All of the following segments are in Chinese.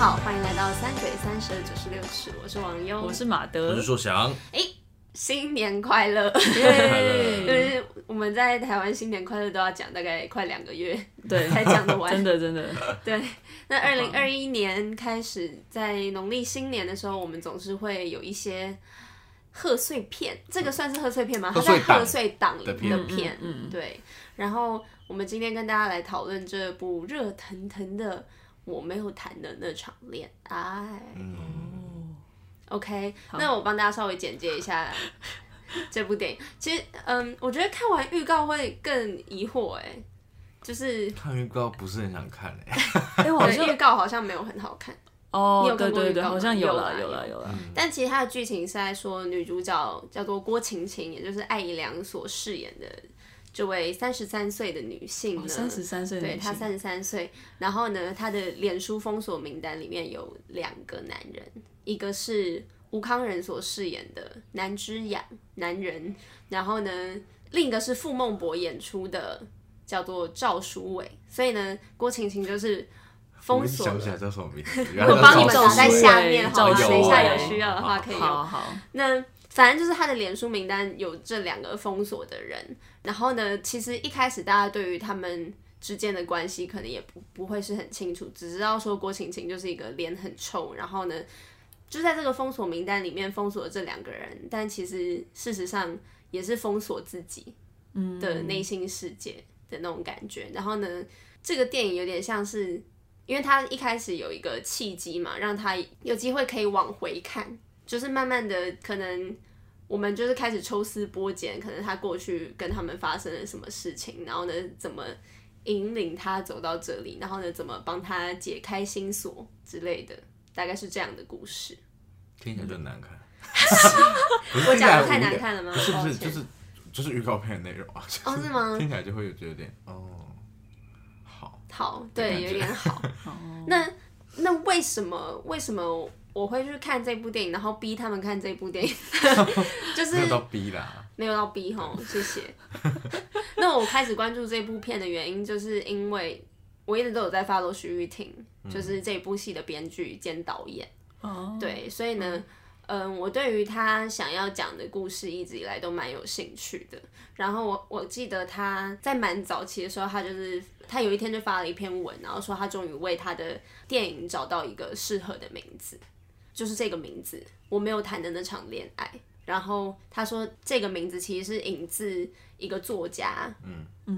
好，欢迎来到三嘴三舌九十六尺，我是王优，我是马我德是，说翔，新年快乐！快耶乐就是我们在台湾新年快乐都要讲大概快两个月对，才讲得完。 真的真的，对，那二零二一年开始，在农历新年的时候，我们总是会有一些贺岁片，这个算是贺岁片吗？它贺在岁档贺岁档的的片片，嗯嗯嗯对。然后我们今天跟大家来讨论这部热腾腾的《我没有谈的那场恋爱》。OK，那我帮大家稍微简介一下这部电影。其实，嗯，我觉得看完预告会更疑惑、哎，就是看预告不是很想看欸诶、哎，我好像对预告好像没有很好看。你哦有，看对过对预对，告吗好像有了有有啦了有了，但其实它的剧情是在说女主角叫做郭晴晴，也就是艾怡良所饰演的这位三十三岁的女性呢，哦三十三岁嗯的对女她性，三十三岁，然后呢，她的脸书封锁名单里面有两个男人，一个是吴康仁所饰演的南之养男人，然后呢，另一个是傅孟博演出的叫做赵书伟，所以呢，郭晴晴就是我封已经锁想了不起来叫什么名字，我帮你们赵打书在伟下面，好赵吗？书啊等一下伟有需要的话可以用。好好，那反正就是他的脸书名单有这两个封锁的人，然后呢，其实一开始大家对于他们之间的关系可能也不不会是很清楚，只知道说郭晴晴就是一个脸很臭，然后呢，就在这个封锁名单里面封锁了这两个人，但其实事实上也是封锁自己的内心世界的那种感觉。然后呢，这个电影有点像是。因为他一开始有一个契机嘛，让他有机会可以往回看，就是慢慢的，可能我们就是开始抽丝剥茧，可能他过去跟他们发生了什么事情，然后呢，怎么引领他走到这里，然后呢，怎么帮他解开心锁之类的，大概是这样的故事。听起来就很难看。我我讲的太难看了吗？不是不抱是，歉就是就是预告片的内容啊。就哦是吗听起来就会有点哦，好，好，的对，感有觉点 好。那那为什么为什么我会去看这部电影，然后逼他们看这部电影？ 就是没有到 B 啦。没有到 B 吼，谢谢。 那我开始关注这部片的原因，就是因为我一直都有在 follow 徐玉婷，就是这部戏的编剧兼导演。哦，对，所以呢，嗯，我对于他想要讲的故事一直以来都蛮有兴趣的。然后我我记得他在蛮早期的时候，他就是他有一天就发了一篇文，然后说他终于为他的电影找到一个适合的名字，就是这个名字，我没有谈的那场恋爱。然后他说这个名字其实是引自一个作家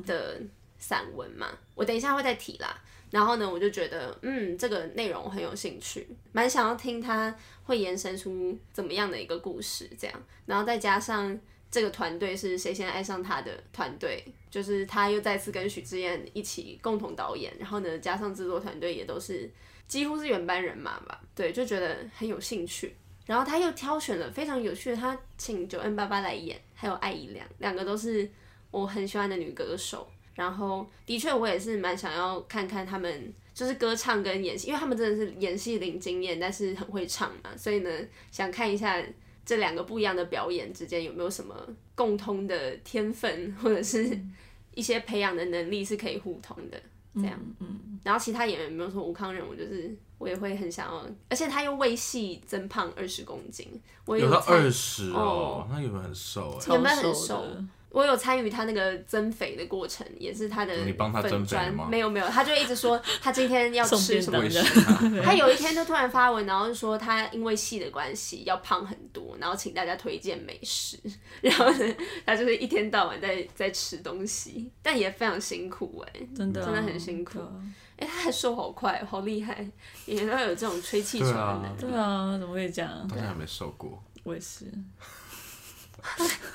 的散文嘛，我等一下会再提啦。然后呢，我就觉得，嗯，这个内容很有兴趣，蛮想要听它会延伸出怎么样的一个故事，这样。然后再加上这个团队是谁先爱上他的团队，就是他又再次跟许志燕一起共同导演，然后呢，加上制作团队也都是几乎是原班人马吧，对，就觉得很有兴趣。然后他又挑选了非常有趣的，他请九 N 八八来演，还有艾怡良，两个都是我很喜欢的女歌手。然后，的确，我也是蛮想要看看他们就是歌唱跟演戏，因为他们真的是演戏零经验，但是很会唱嘛，所以呢，想看一下这两个不一样的表演之间有没有什么共通的天分，或者是一些培养的能力是可以互通的。这样，然后其他演员，比如说吴康仁，我就是我也会很想要，而且他又为戏增胖二十公斤，我也有到参二十哦，那有没有很瘦哎、有没有很超瘦的我有参与他那个增肥的过程，也是他的哦你帮他增肥了粉吗专没有没有，他就一直说他今天要送吃便什当么 为。的，他有一天就突然发文，然后就说他因为戏的关系要胖很多，然后请大家推荐美食。 然后呢，他就是一天到晚在在吃东西，但也非常辛苦哎、真的啊真的很辛苦对啊哎、他还瘦好快，好厉害，也都有这种吹气球的对啊能力。对啊，怎么可以这样到？现在还没瘦过。我也是，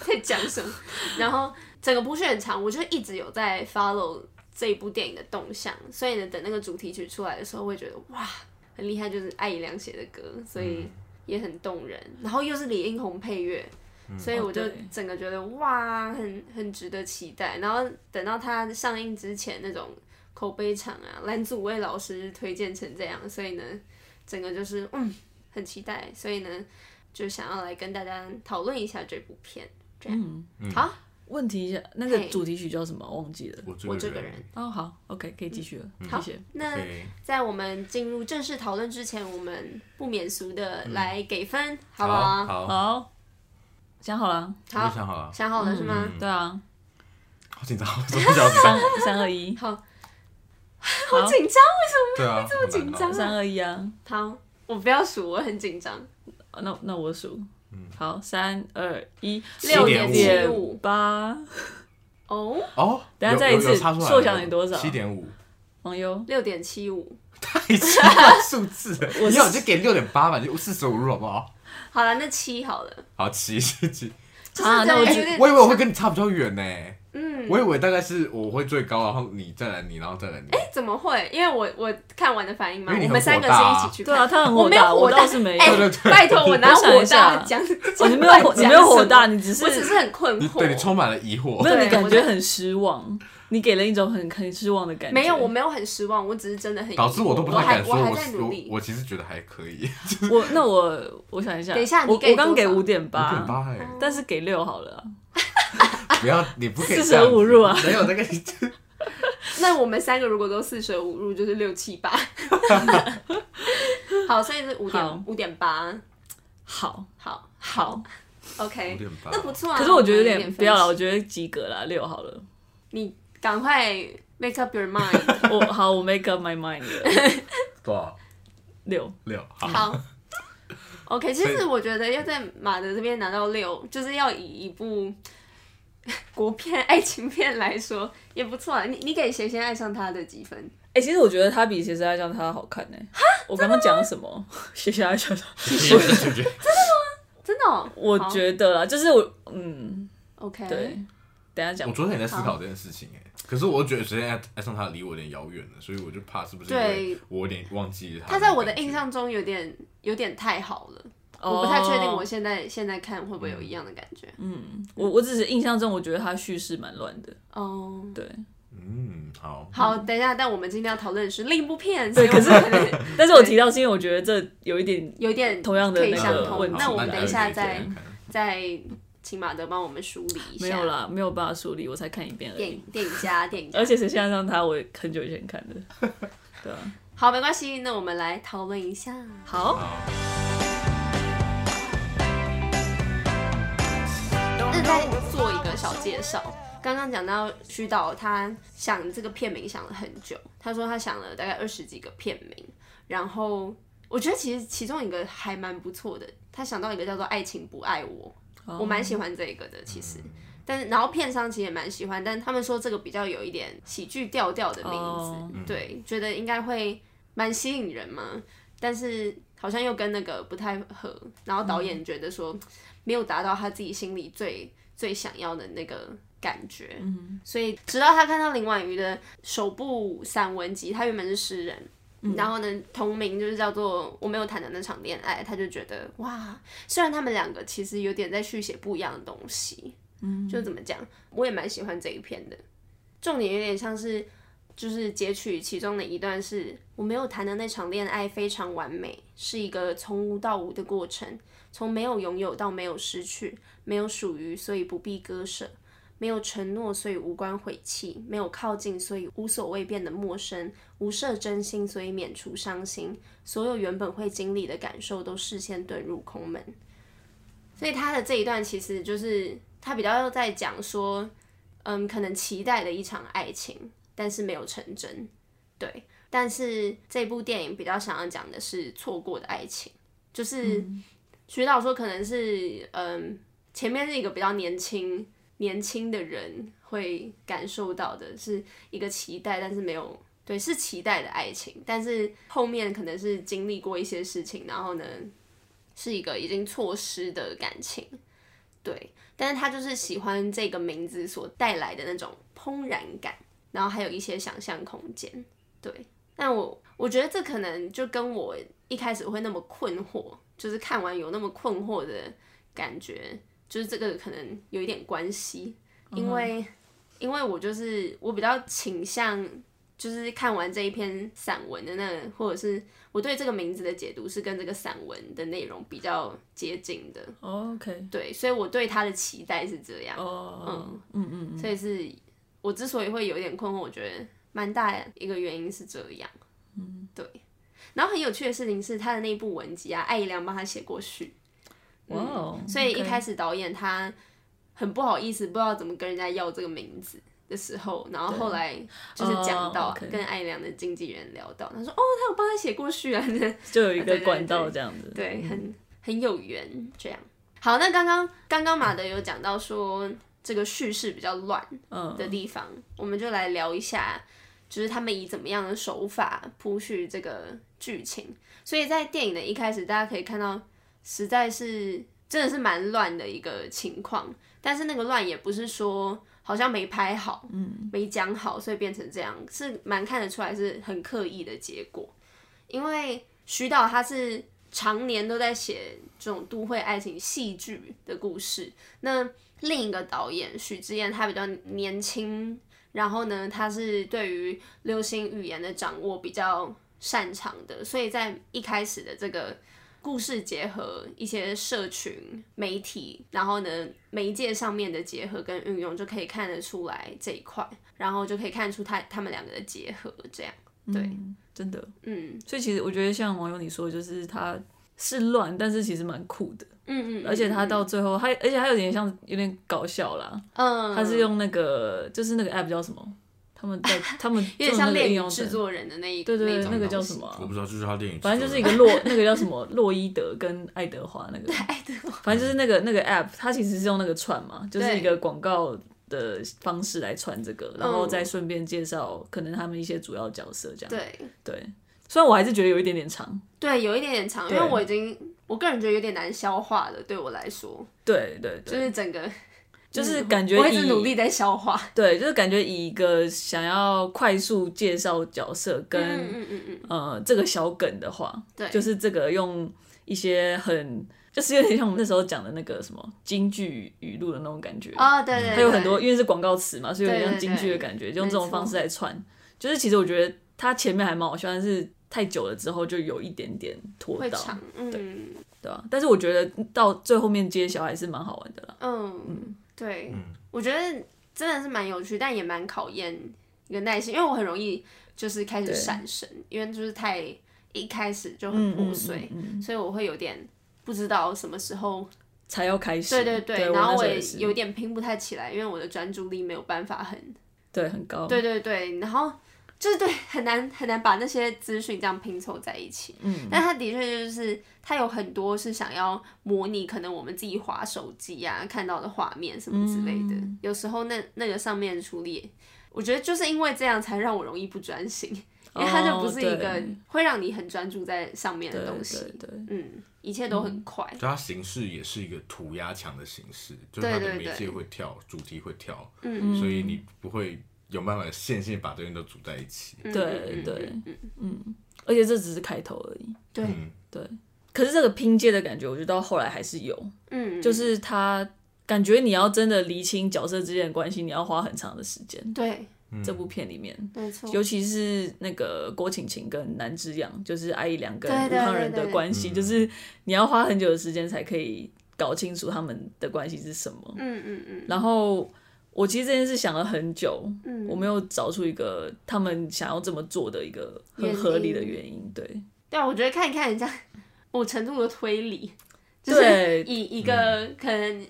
在讲什么。 然后整个不是很长，我就一直有在 follow 这一部电影的动向，所以呢，等那个主题曲出来的时候，会觉得哇，很厉害，就是艾怡良写的歌，所嗯以也很动人。然后又是李英宏配乐。所以我就哦对整个觉得哇，很很值得期待。然后等到它上映之前那种口碑场啊，蓝祖蔚老师推荐成这样，所以呢，整个就是嗯，很期待。嗯所以呢，就想要来跟大家讨论一下这部片。这样、好，问题一下，那个嘿主题曲叫什么？忘记了。我这我这个个人人，哦，好，OK，可以继续了，好谢谢。那对，在我们进入正式讨论之前，我们不免俗的来给分，好不嗯好？好，好，好，想好了，我好就想好了，想好了是嗯吗？对啊，好紧张，我怎么讲紧张？三三二一，好，好好紧张。对啊，这么紧张三二一啊，哦好，我不要数，我很紧张。那那我数，嗯好，三二一， 6.75点八，哦，哦，等下有再有一次有差出来硕想你多少七点 五，网友，六点七五。太奇怪数字了，我你好，你就给六点八吧，你就四舍五入好不好？好了，那七好了。好，七七七，就是啊这样那我我觉得，我以为我会跟你差比较远呢。嗯，我以为大概是我会最高，然后你再来你，然后再来你。哎怎么会？因为我我看完的反应嘛，因我为你很们三个是火大啊一起去对看。啊，他很我火没有大，火我大，倒是没有，哎，拜托我哪有我想一火大下讲？哦， 你没有火，你没有火大，你只是我只是很困你惑。对你充满了疑惑没。有，你对感我觉就很失望，你给人一种很很失望的感觉。没有，我没有很失望，我只是真的很疑惑。导致我都不太还敢说，我我还在努力我。我其实觉得还可以， 我那我我想一下，等一下你我给我刚给多少五点点八，八哎，但是给六好了啊，不要你不可以四舍这样子五入啊没有那个 那我们三个如果都四舍五入，就是六七 八。好，所以是五好点五点八。好好好，五，OK，点八那，不错啊。可是我觉得有们点不要了，分我歧觉得及格啦，六好了。你赶快 make up your mind。我好，我 make up my mind 了， 多少六。六？ 好，好。OK，其所实以我觉得要在马德这边拿到六，就是要以一部 国片爱情片来说也不错啊。你你给《谁先爱上他》的几分？哎、其实我觉得他比《谁是爱上他》好看呢、我刚刚讲了什么？《谁是爱上他》？谢谢谢谢真的、哦？我好哎觉得啦，就是我，嗯， OK。对，等一下我讲。昨天也在思考这件事情哎，可是我觉得首先爱爱上他离我有点遥远了，所以我就怕是不是因为对我有点忘记他。他在我的印，象中有点有点太好了，我不太确哦定我现在现在看会不会嗯有一样的感觉。我我只是印象中，我觉得他叙事蛮乱的。哦、对，嗯，好，好，等一下，但我们今天要讨论的是另一部片，对所以我们可能 但是我提到是因为我觉得这有一点有点同样的可以那相个通问。题那我们你等一下还是可以再看看再请马德帮我们梳理一下。没有啦，没有办法梳理，我才看一遍而电已影。电影家电影家而且谁先爱上他，我也很久以前看的。 对啊，好，没关系，那我们来讨论一下。好，那再做一个小介绍。刚刚讲到徐导，他想这个片名想了很久，他说他想了大概二十几个片名，然后我觉得其实其中一个还蛮不错的，他想到一个叫做《爱情不爱我》，哦我蛮喜欢这一个的，其实。但是，然后片商其实也蛮喜欢，但他们说这个比较有一点喜剧调调的名字哦对，觉得应该会蛮吸引人嘛。但是好像又跟那个不太合，然后导演觉得说没有达到他自己心里最最想要的那个感觉，所以直到他看到林婉瑜的首部散文集，他原本是诗人。然后呢，同名就是叫做《我没有谈的那场恋爱》，他就觉得哇，虽然他们两个其实有点在续写不一样的东西，嗯，就怎么讲，我也蛮喜欢这一篇的。重点有点像是，就是截取其中的一段是：我没有谈的那场恋爱非常完美，是一个从无到无的过程，从没有拥有到没有失去，没有属于，所以不必割舍。没有承诺，所以无关悔弃；没有靠近，所以无所谓变得陌生；无涉真心，所以免除伤心。所有原本会经历的感受，都事先遁入空门。所以他的这一段其实就是他比较在讲说，嗯，可能期待的一场爱情，但是没有成真，对。但是这部电影比较想要讲的是错过的爱情，就是徐导说可能是嗯，前面是一个比较年轻年轻的人会感受到的是一个期待，但是没有。对，是期待的爱情，但是后面可能是经历过一些事情，然后呢，是一个已经错失的感情，对。但是他就是喜欢这个名字所带来的那种怦然感，然后还有一些想象空间，对。但我我觉得这可能就跟我一开始会那么困惑，就是看完有那么困惑的感觉，就是这个可能有一点关系，因为、因为我就是我比较倾向就是看完这一篇散文的那个，或者是我对这个名字的解读是跟这个散文的内容比较接近的，哦，OK，对，所以我对他的期待是这样，哦，嗯嗯嗯，所以是我之所以会有点困惑，我觉得蛮大一个原因是这样，嗯，对。然后很有趣的事情是，他的那一部文集啊，艾怡良帮他写过序，嗯哇哦，所以一 OK 开始导演他很不好意思，不知道怎么跟人家要这个名字的时候，然后后来就是讲到、哦，OK 跟艾良的经纪人聊到，他说哦，他有帮他写过序啊， 就有一对个对管道这样子，对，很很有缘这样。好，那刚刚刚刚马德有讲到说这个叙事比较乱嗯，的地方，我们就来聊一下，就是他们以怎么样的手法铺叙这个剧情。所以在电影的一开始，大家可以看到，实在是真的是蛮乱的一个情况，但是那个乱也不是说。好像没拍好，嗯，没讲好，所以变成这样，是蛮看得出来是很刻意的结果。因为徐导他是常年都在写这种都会爱情戏剧的故事。那另一个导演许志燕，他比较年轻，然后呢，他是对于流行语言的掌握比较擅长的，所以在一开始的这个。故事结合一些社群媒体，然后呢媒介上面的结合跟运用，就可以看得出来这一块，然后就可以看出他他们两个的结合，这样，对嗯真的，嗯所以其实我觉得像网友你说，就是它是乱，但是其实蛮酷的，嗯嗯，而且它他到最后，它而且它有点像有点搞笑啦，嗯，它是用那个就是那个 app 叫什么？他们在他们 有点做那像个恋应与用制程作人的那一对对对那种那个叫东西什么啊我不知道，就是他电影，反正就是一个 洛那个叫什么洛伊德跟艾德华那个，哎， 对，反正就是那个那个 app，它其实是用那个串嘛，就是对嗯一个广告的方式来串这个，然后再顺便介绍可能他们一些主要角色这样。对对，虽然我还是觉得有一点点长，对，有一点点长，因为对我已经我个人觉得有点难消化了，对我来说，对对就对，是整个就是感觉我一以直努力在消化，对，就是感觉以一个想要快速介绍角色跟、嗯嗯嗯嗯，呃这个小梗的话，对就是这个用一些很就是有点像我们那时候讲的那个什么京剧语录的那种感觉哦，对对，还有对很多，因为是广告词嘛，所以有点对对像京剧的对感觉，就用这没种错方式来串。就是其实我觉得它前面还蛮好笑，但是太久了之后就有一点点拖会到，长，嗯对吧、但是我觉得到最后面揭晓还是蛮好玩的啦。嗯，对，我觉得真的是蛮有趣，但也蛮考验一个耐心，因为我很容易就是开始对嗯闪神，因为就是太一开始就很破碎，所以我会有点不知道什么时候才要开始，对对对对，我然那后我时候也也是有点拼不太起来，因为我的专注力没有办法很，对很高，对对对，然后就是对很难很难把那些资讯这样拼凑在一起。嗯，但他的确就是他有很多是想要模拟可能我们自己划手机啊看到的画面什么之类的，嗯有时候那那个上面的处理。我觉得就是因为这样才让我容易不专心，因为它就不是一哦个会让你很专注在上面对的对东西。对对嗯，一切都很快。就它形式也是一个涂鸦墙的形式，就是它对的对媒对介会跳，主题会跳，嗯嗯所以你不会有办法线性把这些都组在一起。嗯对嗯对嗯嗯而且这只是开头而已。对嗯，对，可是这个拼接的感觉，我觉得到后来还是有，嗯，就是他感觉你要真的厘清角色之间的关系，你要花很长的时间。对，嗯这部片里面，没错。尤其是那个郭晴晴跟南之阳，就是艾怡良跟对武对康对人的对关系，就是你要花很久的时间才可以搞清楚他们的关系是什么。嗯嗯嗯然后我其实这件事想了很久，嗯，我没有找出一个他们想要这么做的一个很合理的原因。对，对啊，我觉得看一看人家某程度的推理，就是对以一个可能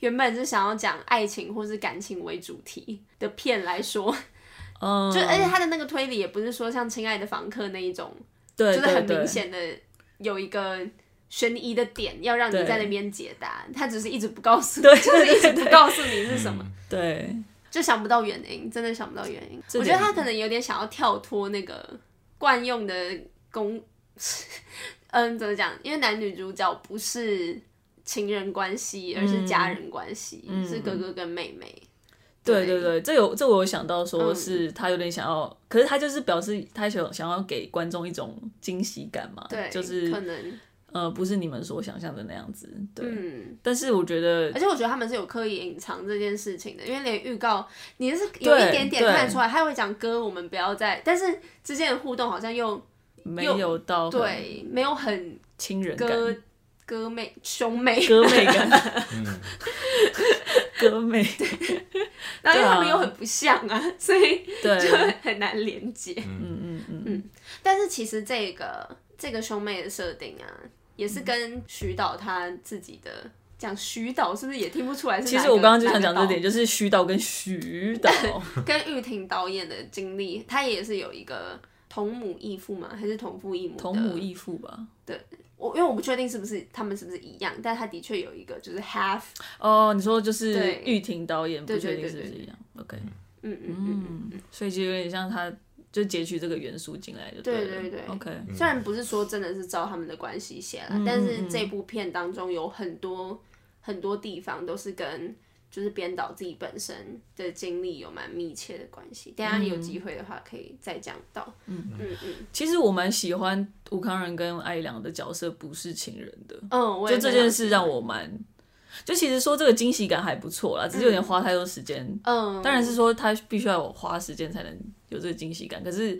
原本是想要讲爱情或是感情为主题的片来说，嗯，就哎而且他的那个推理也不是说像《亲爱的房客》那一种，对，就是很对明，显的有一个。悬疑的点要让你对在那边解答，他只是一直不告诉你，对就是一直对不对告诉你是什么，对对就想不到原因，真的想不到原因。这我觉得点他可能有点想要跳脱那个惯用的公，嗯，怎么讲？因为男女主角不是情人关系，而嗯是家人关系，是哥哥跟妹妹。对对对，这有这我有想到，说嗯是他有点想要，可是他就是表示他想想要给观众一种惊喜感嘛，对，就是可能呃，不是你们所想象的那样子，对。嗯，但是我觉得而且我觉得他们是有刻意隐藏这件事情的，因为连预告你是有一点点对看得出来，他会讲歌，我们不要再，但是之间的互动好像又没有到很对没有很亲人感、哥哥妹兄妹，哥妹 感、嗯，哥妹，然后因为对啊他们又很不像啊， 所以就对，很难连接。嗯嗯嗯，但是其实这个这个兄妹的设定啊，也嗯是跟徐导他自己的讲徐导是不是也听不出来是哪其个？实我刚刚就想哪个讲导这点，就是虚导跟徐导，跟玉婷导演的经历，他也是有一个同母异父嘛，还是同父异母？同母。异父吧。我因为我不确定是不是他们是不是一样，但他的确有一个就是 half，哦，你说就是对玉婷导演，对不对确对定是不对是一样？OK，嗯嗯嗯嗯所以就有点像他就截取这个元素进来就了。对对对 OK，嗯。虽然不是说真的是照他们的关系写啦，嗯但是这部片当中有很多很多地方都是跟就是编导自己本身的经历有蛮密切的关系。等一下有机会的话可以再讲到。嗯嗯嗯其实我蛮喜欢吴康仁跟艾良的角色不是情人的，嗯，我也就这非常件事喜欢让我蛮，就其实说这个惊喜感还不错啦，只是有点花太多时间。嗯，当然是说他必须要有花时间才能有这个惊喜感，可是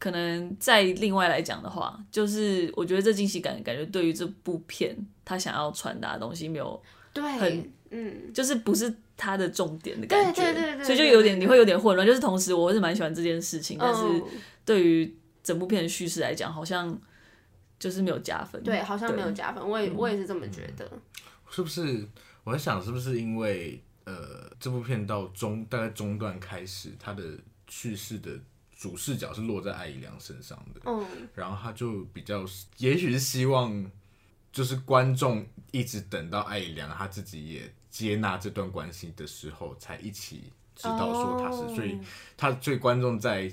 可能在另外来讲的话，就是我觉得这惊喜感感觉对于这部片他想要传达的东西没有，对很，嗯。就是不是他的重点的感觉，对对对对所以就对有点对你会有点混乱。就是同时我是蛮喜欢这件事情，但是嗯、对于整部片的叙事来讲，好像就是没有加分。对，好像没有加分，我嗯也我也是这么觉得。是不是？我在想，是不是因为呃，这部片到中大概中段开始，它的叙事的主视角是落在艾姨良身上的，嗯，然后他就比较，也许是希望，就是观众一直等到艾姨良他自己也接纳这段关系的时候，才一起知道说他是，哦所以他所以观众在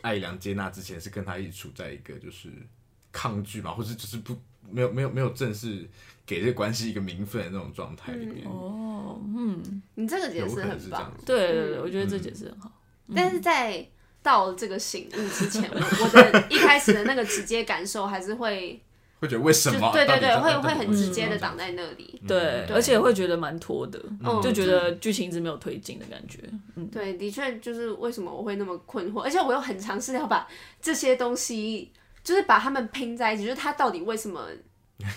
艾姨良接纳之前是跟他一起处在一个就是抗拒嘛，或是就是不没有没有没有正式给这个关系一个名分的那种状态里面，哦，嗯，你这个解有可释能很是这棒样，子。对对嗯对，我觉得这解释很好。但是在到这个醒悟之前，我我的一开始的那个直接感受还是会，会觉得为什就么？对对到底对，在会到底会很为什直么嗯接的这样挡在那里。对，对而且会觉得蛮拖的，嗯就觉得剧情一直没有推进的感觉。嗯对，的确就是为什么我会那么困惑，而且我又很尝试要把这些东西，就是把它们拼在一起，就是它到底为什 么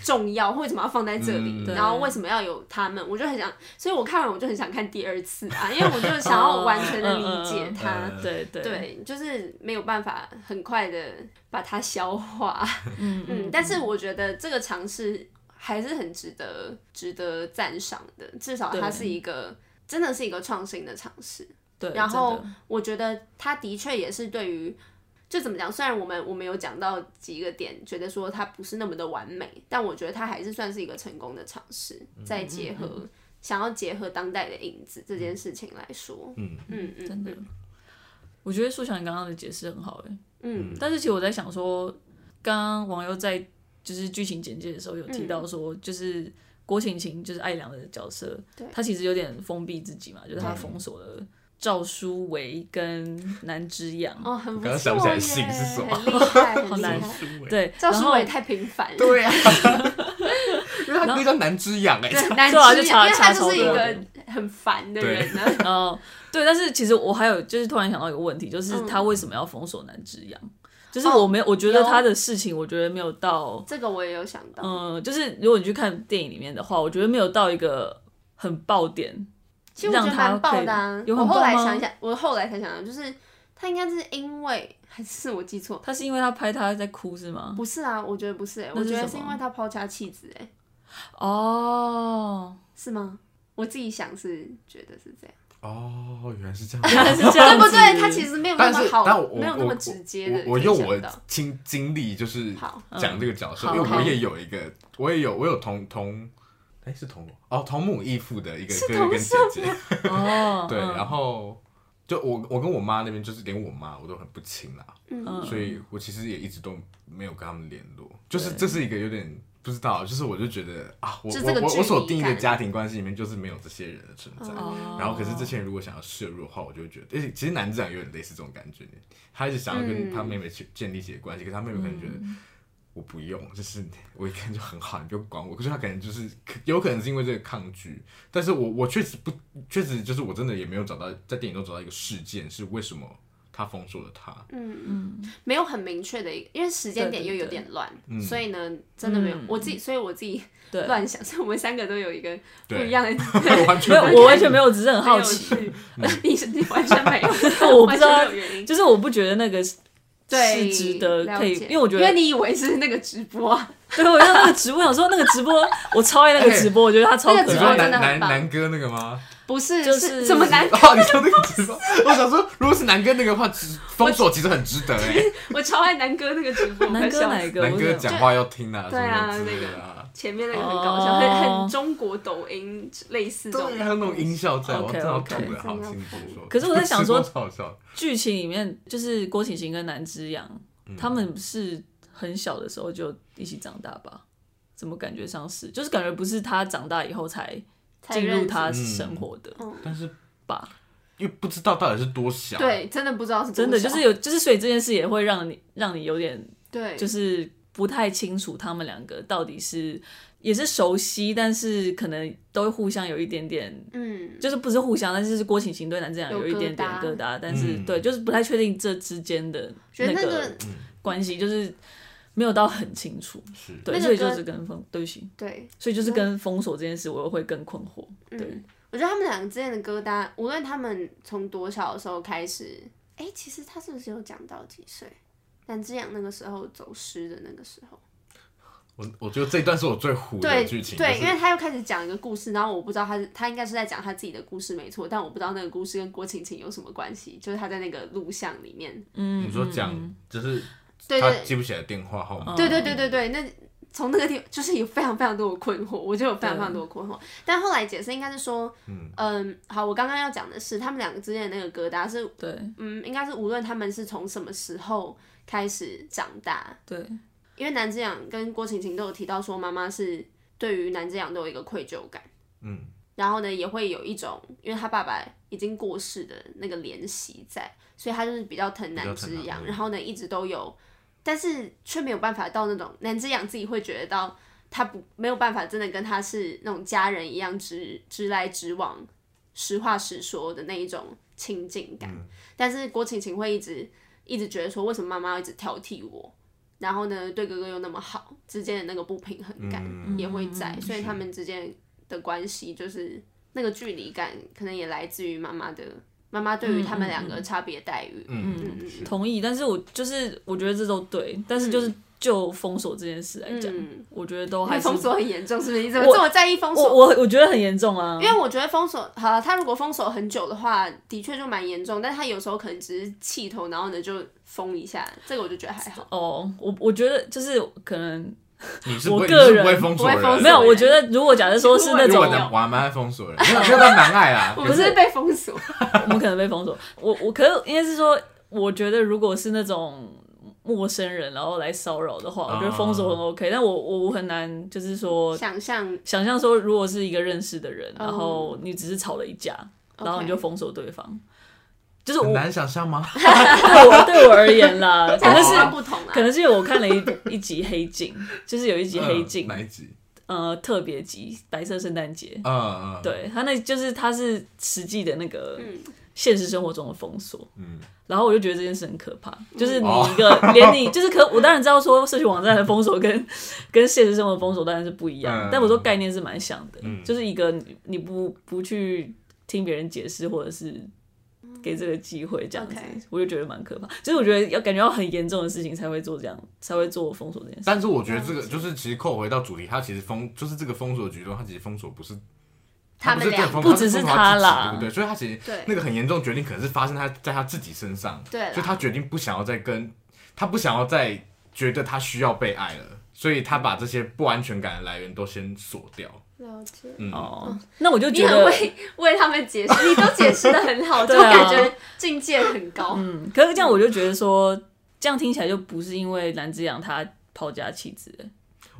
重要，或者为什么要放在这嗯里，对然后为什么要有他们，我就很想，所以我看完我就很想看第二次啊，因为我就想要完全的理解它。哦嗯对对对，就是没有办法很快的把它消化。嗯嗯，但是我觉得这个尝试还是很值得值得赞赏的，至少它对是一个真的是一个创新的尝试。对，然后真的我觉得它的确也是对于。就怎么讲？虽然我们我们有讲到几个点，觉得说它不是那么的完美，但我觉得它还是算是一个成功的尝试。嗯再结合、想要结合当代的影子这件事情来说，嗯嗯嗯真的，我觉得素强你刚刚的解释很好哎，嗯但是其实我在想说，刚刚网友在就是剧情简介的时候有提到说，嗯就是郭晴晴就是艾良的角色对，她其实有点封闭自己嘛，就是她封锁了赵书维跟南之阳，哦，很不刚刚错想不起来耶姓是什么很厉害，好很厉难害。对，赵然书后伟太平凡了，对啊， 因为他哥叫南之养 哎、对，难对啊就知查因为他查就是一超多个很烦的人 呢。哦，对，但是其实我还有就是突然想到一个问题，就是嗯他为什么要封锁南之阳？就是哦我没有，我觉得有他的事情，我觉得没有到，这个我也有想到，嗯、就是如果你去看电影里面的话，我觉得没有到一个很爆点，其实我觉得让他蛮爆的啊可。以有我很后爆来吗想一想，我后来才想到，就是他应该是因为还是我记错，他是因为他拍他在哭是吗？不是啊？我觉得不是欸，那我是觉得什是么啊因为他抛家弃子，哎，哦，是吗？我自己想是觉得是这样，哦，原来是这样。原来 是这样对子，不对？他其实没有那 但是么，好但，我没有那我么直接的。我我用可以我想到经经历就是好讲这个角色，嗯因为好我也有一个，我也有我有同同，哎是同母哦同母异父的一个是哥同哥跟姐姐， 哦，对，嗯然后就我我跟我妈那边就是连我妈我都很不亲啦，嗯所以我其实也一直都没有跟他们联络，就是这是一个有点。不知道，就是我就觉得啊，我就我这个我距我离所定义的感嗯家庭关系里面就是没有这些人的存在，哦然后可是这些人如果想要摄入的话，我就会觉得，而且其实男长有点类似这种感觉，他一直想要跟嗯嗯他妹妹去建立起关系，可是他妹妹可能觉得我不用，就是我一看就很好，你不用管我。可是他可能就是有可能是因为这个抗拒，但是我我确实不确实就是我真的也没有找到在电影中找到一个事件是为什么他封锁了他。嗯嗯没有很明确的一个，因为时间点又有点乱，所以呢，真的没有、嗯我自己，所以我自己对乱想，所以我们三个都有一个不对一样的， 完没全有，不我完全没有，只是很好奇，没有嗯趣，你是你完全没有， 我不知道完全没有原因，就是我不觉得那个是 对，值得可以了解因为我觉得因为你以为是那个直播啊，对，我让那个直播，我想说那个直播，我超爱那哎个直播，我觉得他超那可个你直播说爱。南真的南很棒南哥那个吗？不是，就是是怎么 难？哦，你说那个直播， 我想说，如果是南哥那个的话，只封锁其实很值得哎、我超爱南哥那个直播，南哥我快笑死哪一个？南我哥是讲话要听啊，什对啊么之类的啊，前面那个很搞笑，哦很很中国抖音类似这种，对，还有那种音效在，我 OK，真的要 OK 吐了，好哦真的要辛苦吐说。可是我在想说直播超好笑的，剧情里面，就是郭晴晴跟南之阳，嗯他们是很小的时候就一起长大吧？怎么感觉上是？就是感觉不是他长大以后才才进入认识嗯嗯他生活的 但是吧？又不知道到底是多小，，对，真的不知道是多真的少就是有，就是所以这件事也会让你让你有点对，就是不太清楚他们两个到底是也是熟悉，但是可能都互相有一点点嗯，就是不是互相，但是是郭晴晴对男正阳有有一点点疙瘩疙瘩，但是、嗯对，就是不太确定这之间的觉得那那个个关系，就是没有到很清楚。是对，那个所以就跟是跟封，对不起，对，所以就是跟封锁这件事，我又会更困惑。对，嗯，我觉得他们两个之间的疙瘩，无论他们从多小的时候开始，哎、其实他是不是有讲到几岁？但之阳那个时候走失的那个时候，我我觉得这一段是我最糊的对剧情，对，因就是为他又开始讲一个故事，然后我不知道他是他应该是在讲他自己的故事没错，但我不知道那个故事跟郭晴晴有什么关系，就是他在那个录像里面，嗯，你说嗯讲就是对他对记不起来电话号码，对对对对对，那从那个地方就是有非常非常多的困惑，我就有非常非常多的困惑。但后来解释应该是说，嗯好，我刚刚要讲的是他们两个之间的那个疙瘩是，对嗯，应该是无论他们是从什么时候开始长大，对因为南之养跟郭晴晴都有提到说，妈妈是对于南之养都有一个愧疚感，嗯，然后呢也会有一种，因为他爸爸已经过世的那个怜惜在，所以他就是比较疼啊嗯南之比较疼养，他然后呢一直都有，但是却没有办法到那种南之养自己会觉得到他不没有办法真的跟他是那种家人一样直直来直往，实话实说的那一种亲近感，嗯但是郭晴晴会一直一直觉得说，为什么妈妈要一直挑剔我？然后呢，对哥哥又那么好，之间的那个不平衡感嗯也会在，嗯所以他们之间的关系就是那个距离感，可能也来自于妈妈的妈妈对于他们嗯两个差别待遇。嗯嗯是同意，但是我就是我觉得这都对，但是就是就封锁这件事来 讲，嗯我觉得都因为还是封锁很严重，是不是？你怎么我这么在意封我锁？我我觉得很严重啊，因为我觉得封锁好了，他如果封锁很久的话，的确就蛮严重。但他有时候可能只是气头，然后呢就封一下，这个我就觉得还好。哦，我我觉得就是可能你是我不会个你是人不会封锁不会封人，锁没有，人我觉得如果假设说是那因为种我男我还蛮爱封锁人，没有没有到难爱啦，我可们是是被封锁， 我们可能被封锁。我我可是应该是说，我觉得如果是那种陌生人然后来骚扰的话，啊我觉得封锁很 OK。但我我我很难就是说想象想象说，如果是一个认识的人，然后你只是吵了一架，然后你哦就 OK 封锁对方，就是很我难想象吗？对我对我而 言啦，可价能值观是。不同啊，可能是因为我看了一一集《黑镜》，就是有一集《黑镜嗯哪》一集？呃特别集，白色圣诞节，嗯嗯，，对他那就是他是实际的那个嗯现实生活中的封锁，嗯，然后我就觉得这件事很可怕，就是你哦一个、连你就是可我当然知道说社群网站的封锁跟跟现实生活的封锁当然是不一样，嗯但我说概念是蛮像的，就是一个你你不不去听别人解释或者是。给这个机会这样子嗯 OK 我就觉得蛮可怕。就是我觉得要感觉到很严重的事情才会做这样，才会做封锁这件事。但是我觉得这个就是其实扣回到主题，它其实封就是这个封锁举动，它其实封锁不是他不们是俩更疯不狂只是疯狂他自己啦对不对？所以他其实对那个很严重的决定，可能是发生他在他自己身上，对啦所以他决定不想要再跟，他不想要再觉得他需要被爱了，所以他把这些不安全感的来源都先锁掉。了解。嗯，哦，那我就你觉很得，为为他们解释，你都解释的很 好，就对啊感觉境界很高。嗯，可是这样我就觉得说，这样听起来就不是因为蓝之阳他抛家弃子，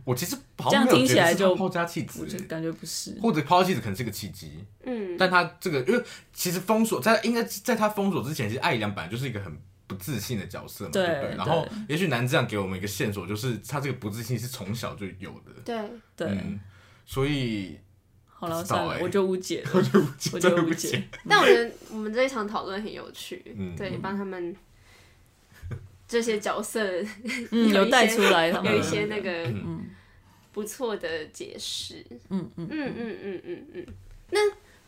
我其实好这样像没有听觉起得来是就他抛家弃子我就欸，感觉不是。或者抛家弃子可能是个契机，嗯，但他这个因为其实封锁在应该在他封锁之前，其实艾良本来就是一个很不自信的角色嘛，对不对？然后对也许南这样给我们一个线索，就是他这个不自信是从小就有的，对，对，嗯，所以好了，不知道算了，欸我就无解了， 我就不我解，就真的无不解解。。但我觉得我们这一场讨论很有趣，嗯对，帮他们这些角色嗯，有有一带些出来他们 有一的些那那个，个嗯不错的解释。嗯嗯，嗯嗯嗯嗯嗯。那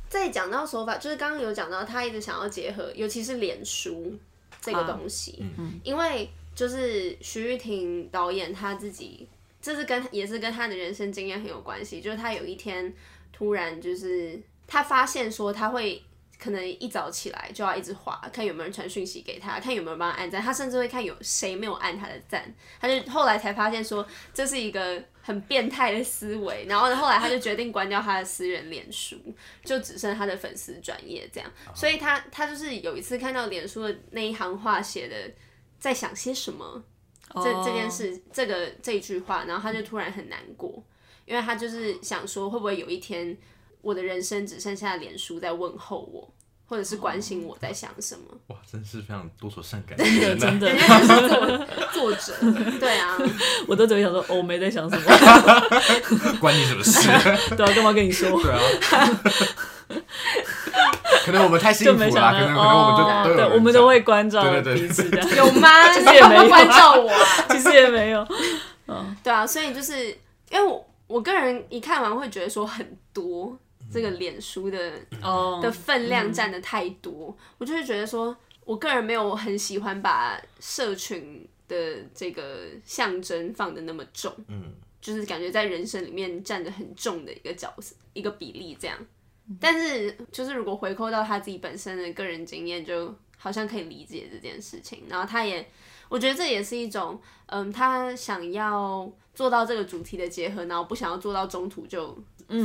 再讲到手法，就是刚刚有讲到，他一直想要结合，尤其是脸书这个东西，因为就是徐玉婷导演他自己，这是跟也是跟他的人生经验很有关系，就是他有一天突然就是他发现说他会。可能一早起来就要一直划，看有没有人传讯息给他，看有没有人帮他按赞，他甚至会看有谁没有按他的赞，他就后来才发现说这是一个很变态的思维，然后后来他就决定关掉他的私人脸书，就只剩他的粉丝专业这样，所以他他就是有一次看到脸书的那一行话写的在想些什么，这哦这件 事这个这一句话，然后他就突然很难过，因为他就是想说会不会有一天我的人生只剩下脸书在问候我，或者是关心我在想什么。哇，真是非常多愁善感，啊真的 真的， 他就是作作者，对啊，我都只会想说，哦我没在想什么， 关你什么事？对啊，干嘛跟你说？对啊， 可能我们太幸就福没想啦，到可能可能我哦们，就都有人我们都会讲关照对对对彼此的， 有 吗？其实也没有你有没有关照我啊。其实也没 有，对啊，所以就是因为我我个人一看完会觉得说很多这个脸书的哦的，分量占的太多，我就是觉得说我个人没有很喜欢把社群的这个象征放的那么重，嗯，就是感觉在人生里面占着很重的一个角色一个比例这样。嗯但是就是如果回扣到他自己本身的个人经验，就好像可以理解这件事情。然后他也，我觉得这也是一种，嗯，他想要做到这个主题的结合，然后不想要做到中途就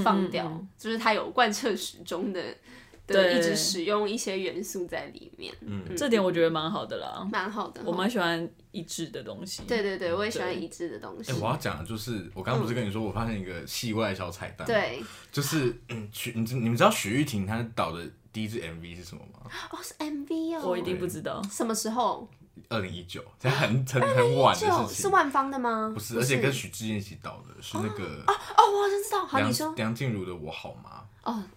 放掉，嗯就是他有贯彻始终 的。的对一直使用一些元素在里面，这点我觉得蛮好的啦，蛮好的。我？蛮喜欢一致的东西，对对对，我也喜欢一致的东西哎、。我要讲的就是，我刚刚不是跟你说，我发现一个戏外小彩蛋，，对，就是嗯，许你知你们知道许玉婷她导的第一支 MV 是什么吗？哦，是 MV 哦。我一定不知道，什么时候？二零一九，在很很很晚的就事是情，万芳的吗？不是，而且跟许志燕一起导的是那个哦，我好像知道。好，你梁说梁静茹的《我好吗》，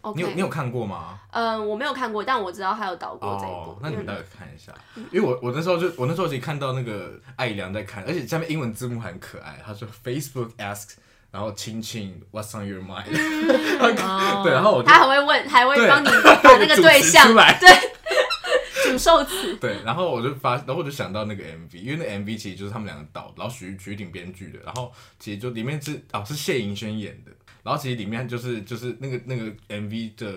哦你有你，OK。有看过吗？嗯，我没有看过，但我知道他有导过这一哦部，。那你们嗯待会看一下，因为我我那时候就我那时候就看到那个艾怡良在看，而且下面英文字幕很可爱，他说 Facebook asks，然后亲亲 What's on your mind，嗯哦 对，然啊后我就他还会问，还会对帮你 把那个对象主持出来对 主受词。 对，然后我就发，然后我就想到那个 MV，因为那 MV 其实就是他们两个导，然后徐徐鼎编剧的，然后其实就里面是哦是谢盈萱演的，然后其实里面就是就是那个那个 MV 的，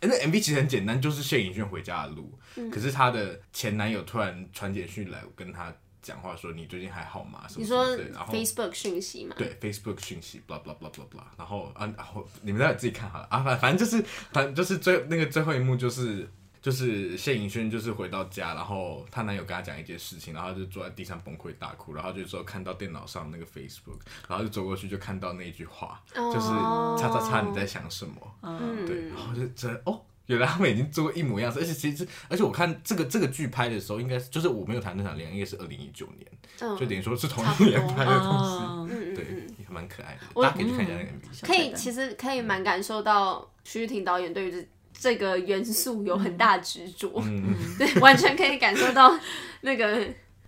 诶那 MV 其实很简单，就是谢盈萱回家的路，嗯可是她的前男友突然传简讯来跟她讲话说你最近还好吗？什你么什么说之类的然后 Facebook 讯息嘛？对 Facebook 讯息，blah blah blah blah blah，然后啊，然后你们待会自己看好了啊，反反正就是，反正就是最那个最后一幕就是就是谢颖轩就是回到家，然后她男友跟她讲一件事情，然后她就坐在地上崩溃大哭，然后就说看到电脑上那个 Facebook，然后就走过去就看到那一句话，就是哦叉叉叉你在想什么？嗯对，嗯然，后就真的哦，原来他们已经做过一模一样的事，而且其实而且我看这个这个剧拍的时候，应该是就是我没有谈那场恋爱，应该是二零一九年，就嗯等于说是同差一不年多拍的东西。哦嗯对嗯，，也蛮可爱的，我大家可以去看一下那嗯个 MV。可以，其实可以蛮感受到徐玉婷导演对于这这个元素有很大执着。嗯， 对，完全可以感受到那个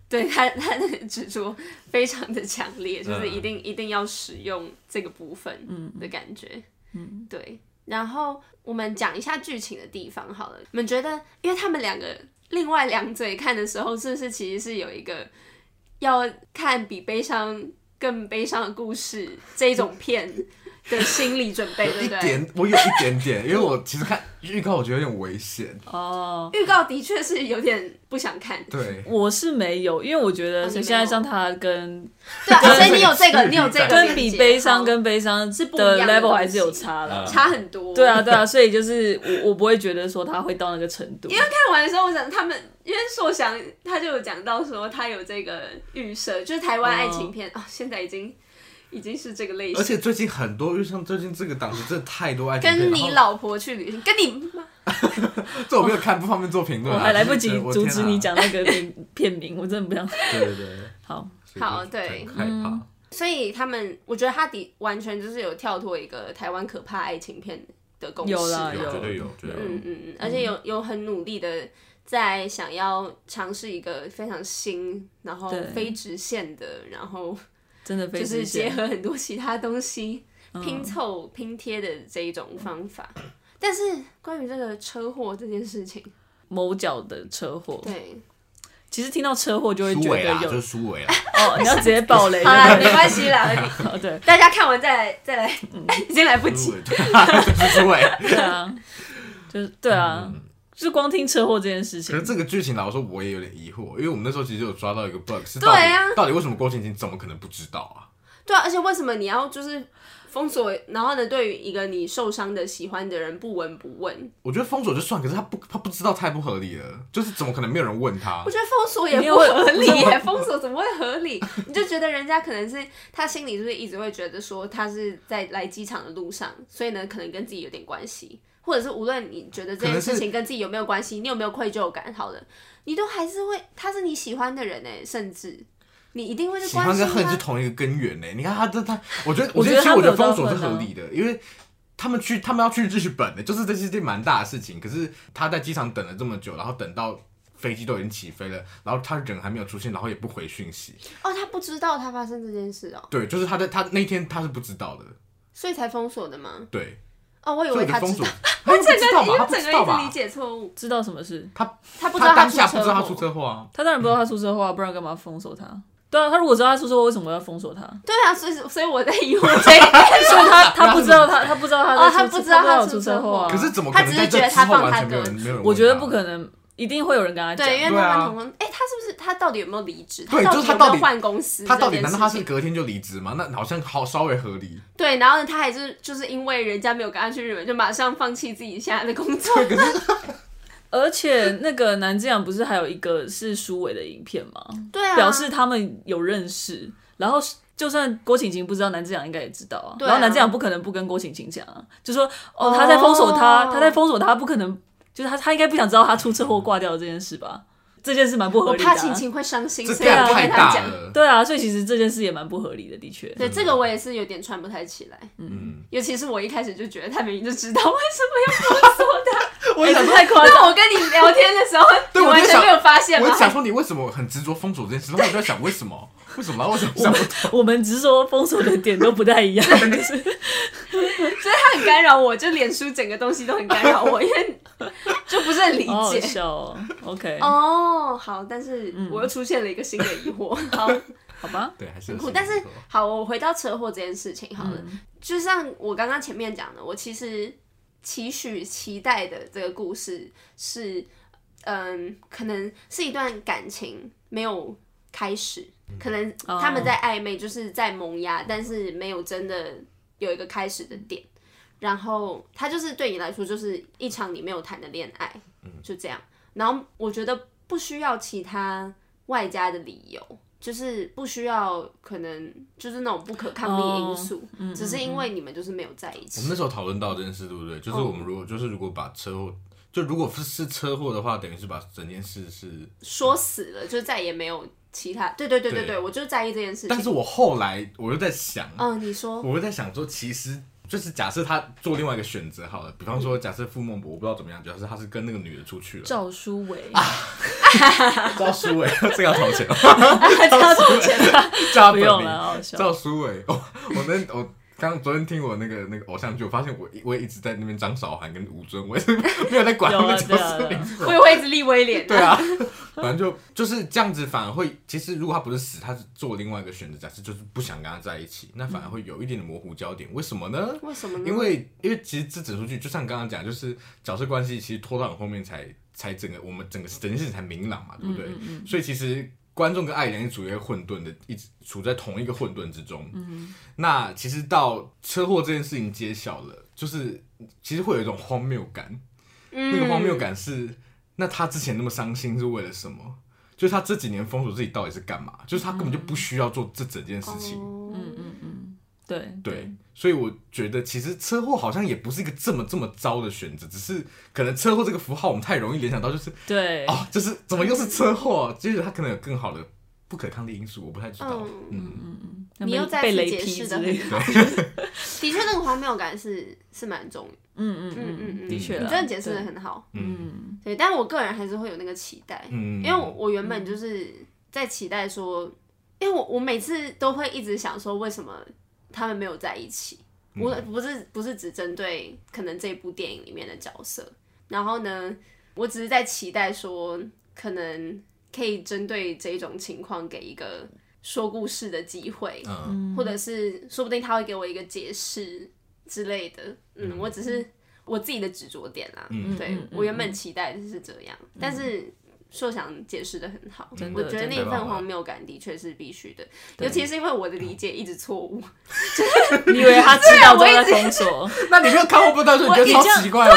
对他他那个执着非常的强烈，就是一定、一定要使用这个部分的感觉。嗯，对。然后我们讲一下剧情的地方好了。你们觉得，因为他们两个另外两嘴看的时候，是不是其实是有一个要看比悲伤更悲伤的故事这一种片的心理准备，对一不对？点，我有一点点，因为我其实看预告，我觉得有点危险。哦，预告的确是有点不想看，对，我是没有，因为我觉哦得你没有现在像他跟 对啊，跟所以你有这个，你有这个连接，跟比悲伤好跟悲伤是不一的样的东 level 西还是有差啦。嗯差很多。对啊，对啊，所以就是我我不会觉得说他会到那个程度，看完的时候，我想他们，因为硕翔他就有讲到说他有这个预设，就是台湾爱情片啊、哦现在已经已经是这个类而型。且最近很多，就像最近这个档期，真的太多爱情片。跟然你后老婆去旅行，跟你妈这我没有看，不方便做评论我啊。还来不就及是觉得阻止你。我天讲那个名片名，我真的不 想。啊对对对， 好，嗯所以好就对很害怕。所以他们，我觉得他的完全就是有跳脱一个台湾可怕爱情片的公式，有啦有有，绝对有绝对有嗯嗯，嗯，而且有有很努力的在想要尝试一个非常新，然后对非直线的，然后真的非就直是结线。嗯合很多其他东西、拼凑拼贴的这一种方法。但是关于这个车祸这件事情，某角的车祸，对，其实听到车祸就会苏觉伟得啦，有就是苏伟啊 啦，哦，你要直接爆 雷。好啦， 没关系啦，好对大家看完再来再 来，已经来不苏及。嗯伟，啊就是苏伟。对啊，就是对啊，就是光听车祸这件事嗯可是情，这个剧情老实说，我也有点疑惑，因为我们那时候其实有抓到一个 bug，是对到底啊到底为什么郭晶晶怎么可能不知道啊？对啊，而且为什么你要就是封锁，然后呢，对于一个你受伤的喜欢的人不闻不问，我觉得封锁就算，可是他不他不知道太不合理了，就是怎么可能没有人问他我？觉得封锁也不合理耶，封锁怎么会合理？你就觉得人家可能是他心里就是一直会觉得说他是在来机场的路上，所以呢，可能跟自己有点关系，或者是无论你觉得这可件能是事情跟自己有没有关系，你有没有愧疚感，好了，你都还是会，他是你喜欢的人哎，甚至你一定会去喜关欢心跟恨他。是同一个根源呢、你看他这他，我觉得我我觉得觉得其实他我没觉有得封到锁是恨啊合理的，因为他们去他们要去日本的，就是这是一件蛮大的事情。可是他在机场等了这么久，然后等到飞机都已经起飞了，然后他人还没有出现，然后也不回讯息。哦，他不知道他发生这件事哦，对，就是他在他那天他是不知道的，所以才封锁的吗？对，哦，我以所以为我觉他得知封锁道，，他不整知道个 吧？他因不为知整道个一直理吧？解错误，知道什么事？他他不知道他当出下不知道他车出祸。车祸啊。他当然不知道他出车祸啊，不然干嘛封锁他？对啊，他如果知道他出车祸，为什么要封 锁他？对啊，所以所以我在 疑惑这一点。所以他他不知道 他他不知道哦他他在出不知道他有出出车车祸啊。祸可是怎么可能在这之后完全没有人没有人问他？我觉得不可能，一定会有人跟他讲。对，因为对他啊们同工，哎、他是不是他到底有没有离职？对到就底是他有没有到底换公司？他到底难道他是？隔天就离职吗？那好像好稍微合理。对，然后呢，他还是就是因为人家没有跟他去日本，就马上放弃自己现在的工 作。而且那个南之阳不是还有一个是苏伟的影片吗？对啊，表示他们有认识，然后。就算郭晴晴不知道，南之阳应该也知道啊。对啊然后南之阳不可能不跟郭晴晴讲啊，就说哦，他在封锁他，哦他在封锁他，不可能，就是他他应该不想知道他出车祸挂掉这件事吧？这件事蛮不合我理的、啊。怕晴晴会伤心，这所以啊我量不太跟他大讲。了。对啊，所以其实这件事也蛮不合理的，的确。 对，这个我也是有点串不太起来。嗯，尤其是我一开始就觉得他明明就知道为什么 我哎想太夸张。要我跟你聊天的时候，对你我完就全想没有发现我吗？想说你为什么很执着封锁这件事？然后我就在想为什么？ 为什么？为什么？想不通我们只是说封锁的点都不太 一样，就是所以他很干扰我，就脸书整个东西都很干扰我，因为就不是很理好好解。笑哦。OK，哦，好，但是我又出现了一个新的疑惑。 好，好吧，对，还是很有酷。心但是理作用好，我回到车祸这件事情好了，就像我刚刚前面讲的，我其实期许期待的这个故事是，嗯，可能是一段感情没有开始，可能哦他们在暧昧，就是在萌芽，但是没有真的有一个开始的点。然后它就是对你来说就是一场你没有谈的恋爱，就这样。然后我觉得不需要其他外加的理由，就是不需要可能就是那种不可抗力因素，哦只是因为你们就是没有在一我起。们那时候讨论到这件事，对不对？就是我们如果就是如果把车祸，就如果是是车祸的话，等于是把整件事是。说死了，就再也没有其他。对对对对对对，我就在意这件事情。但是我后来我又在想，嗯，你说，我会在想说，其实就是假设他做另外一个选择好了，比方说假设傅孟博，我不知道怎么样，假设他是跟那个女的出去了，赵书伟，啊赵书伟， 这个要掏 钱，啊赵书伟，叫他不本用名了，好好笑。赵书伟， 我我那我刚昨天听我那个那个偶像剧，我发现我我也一直在那边张韶涵跟吴尊，我也是 没有在管他有啊们对叫啊什么对啊名字。会不会一直立威廉、对，啊，反正就就是这样子，反而会其实如果他不是死，他是做另外一个选择，假设就是不想跟他在一起，那反而会有一点点模糊焦点。为什么呢？为什么呢？因为因为其实这整出剧就像刚刚讲，就是角色关系其实拖到很后面才才整个我们整个整件事情才明朗嘛，对不嗯对？所以其实观众跟爱莲是处于一个混沌的，一直处在同一个混沌之中。嗯那其实到车祸这件事情揭晓了，就是其实会有一种荒谬感，嗯那个荒谬感是，那他之前那么伤心是为了什么？就是他这几年封锁自己到底是干嘛？就是他根本就不需要做这整件事情。哦嗯嗯嗯，对对，所以我觉得其实车祸好像也不是一个这么这么糟的选择，只是可能车祸这个符号我们太容易联想到，就是对，哦，就是怎么又是车祸？ 就是它可能有更好的不可抗力因素，我不太知道。嗯，嗯，那你被又再被次雷解劈释之的类很的，好，的确那个荒谬感是是蛮重的。嗯嗯嗯嗯嗯，的确啦，你真的解释的对，很好。嗯对，但我个人还是会有那个期待，嗯因为我我原本就是在期待说，因为我我每次都会一直想说，为什么他们没有在一起？嗯我不是不是只针对可能这部电影里面的角色，然后呢，我只是在期待说，可能可以针对这种情况给一个说故事的机会，嗯或者是说不定他会给我一个解释之类的。嗯，我只是我自己的执着点啦。嗯对嗯嗯我原本期待的是这样，但是硕翔解释的很好真，的我觉得真那的一份没办法荒谬感的确是必须的，尤其是因为我的理解一直错误。你以为他知道之后在 封啊锁，那你没有看过不到，说你觉得我超奇怪啊吗？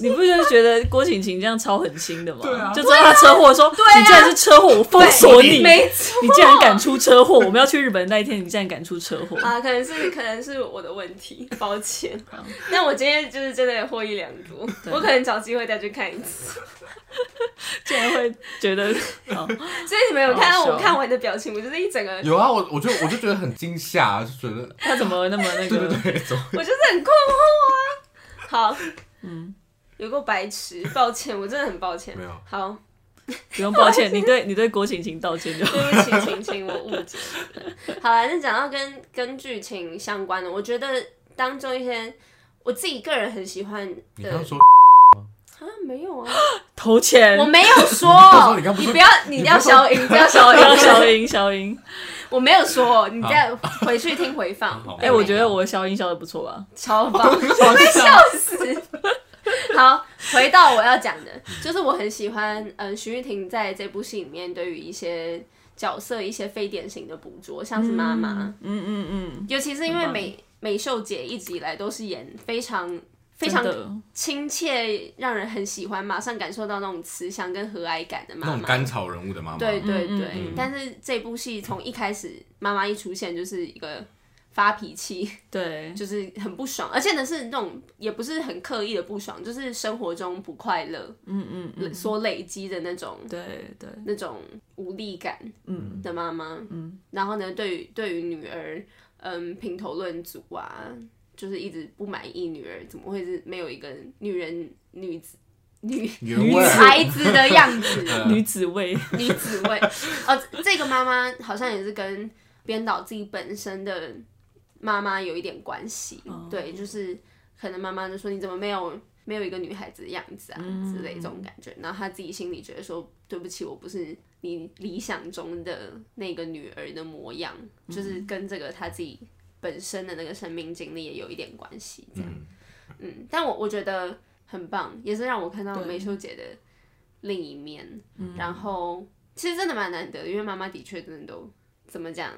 你不就是觉得郭晴晴这样超狠心的吗？对啊就知道他车祸，说啊你竟然是车祸， 我封锁你，没错 你竟然敢出车祸！我们要去日本那一天，你竟然敢出车祸，啊，可能是可能是我的问题， 抱歉。但我今天就是真的获益良多，我可能找机会再去看一次。竟然会觉 得，哦、所以你们有看到好笑我看完的表情，我就是一整个，有啊，我我就我就觉得很惊吓，就觉得他怎么那么那个？对对对，怎么我就是很困惑啊。好，嗯，有够白痴，抱歉，我真的很抱歉没。有好，不用抱歉，你对你对郭晴晴道 歉就好。对不起，晴晴，我误解 了。好了，那讲到跟跟剧情相关的，我觉得当中一些我自己个人很喜欢你的刚刚说，啊，没有啊，投钱我，没有说你刚，不是你不要，你要消音，不要消音，要消音消 音。我没有说，你再回去听回放。好哎、我觉得我消音消的不错啊吧？超 棒，我会笑死。好，回到我要讲的，就是我很喜欢，嗯，徐玉婷在这部戏里面对于一些角色一些非典型的捕捉，像是妈妈，嗯嗯嗯，尤其是因很为棒美美秀姐一直以来都是演非常非真常的，亲切，让人很喜欢，马上感受到那种慈祥跟和蔼感的那妈种妈。甘草人物的妈妈，对对嗯嗯对，嗯但是这部戏从一开始，妈妈一出现就是一个发脾气， 对，就是很不爽，而且呢是那种也不是很刻意的不爽，就是生活中不快乐嗯嗯嗯，所累积的那种对对，那种无力感嗯的妈妈。嗯，然后呢，对于对于女儿，嗯，评头论足啊，就是一直不满意女儿怎么会是没有一个女人女子女原味儿孩子的样子，啊女子味， 女子味。哦，这这个妈妈好像也是跟编导自己本身的妈妈有一点关系。哦对，就是可能妈妈就说你怎么没有没有一个女孩子的样子啊、嗯之类这种感觉，然后她自己心里觉得说对不起，我不是你理想中的那个女儿的模样，就是嗯跟这个她自己本身的那个生命经历也有一点关系。这样，嗯嗯但我我觉得很棒，也是让我看到对嗯梅秀姐的另一面。然后其实真的蛮难得的，因为妈妈的确真的都怎么讲，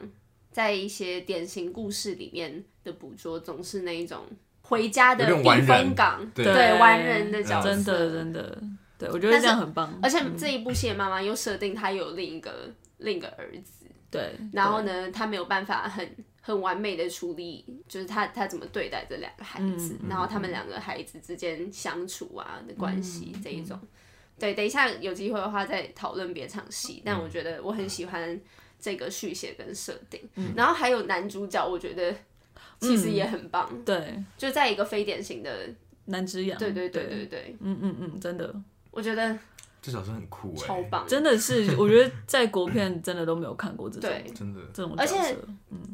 在一些典型故事里面的捕捉，总是那一种回家的有点避完人风港，对嗯完人的角色，真的真的，对我觉得这样很棒。而且这一部戏的妈妈又设定她有另一个另一个儿子，对，然后呢，她没有办法很。很完美的处理，就是她她怎么对待这两个孩嗯子，然后他们两个孩子之间相处啊的嗯关系、这一种。对，等一下有机会的话再讨论别场戏，但嗯我觉得我很喜欢这个续写跟设定，嗯然后还有男主角，我觉得其实也很棒，对对，就在一个非典型的，南之阳，对对对对对，对，嗯嗯嗯，真的我觉得这角色很酷超哎，棒，真的是，我觉得在国片真的都没有看过这种对。真的，这种角而且色，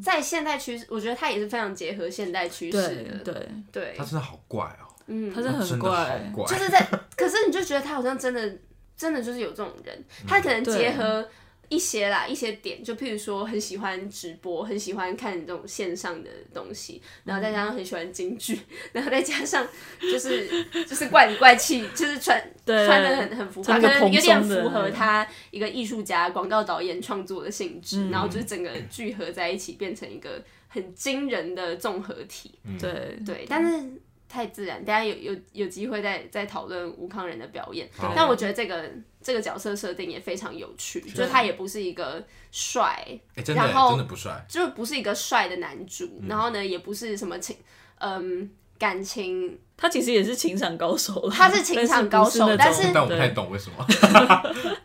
在现代趋势，我觉得它也是非常结合现代趋势对的，对，对他，真的好怪哦，嗯，他真的他很真的怪好，怪，就是在，可是你就觉得他好像真的，真的就是有这种人，他可能对结合一些啦，一些点，就譬如说很喜欢直播，很喜欢看这种线上的东西，然后再加上很喜欢京剧，然后再加上就是就是怪里怪气，就是穿 对穿的很很浮夸，穿可个能有点蓬松的符合他一个艺术家、广告导演创作的性质，嗯然后就是整个聚合在一起，变成一个很惊人的综合体。对对，但是太自然，大家有有有机会再再讨论吴康仁的表演。好但我觉得这个这个角色设定也非常有趣，就他也不是一个帅，哎，真的然后真的不帅，就不是一个帅的男主，嗯然后呢也不是什么情，嗯，感情他其实也是情场高手了，他是情场高手 但但是但我不太懂为 什么。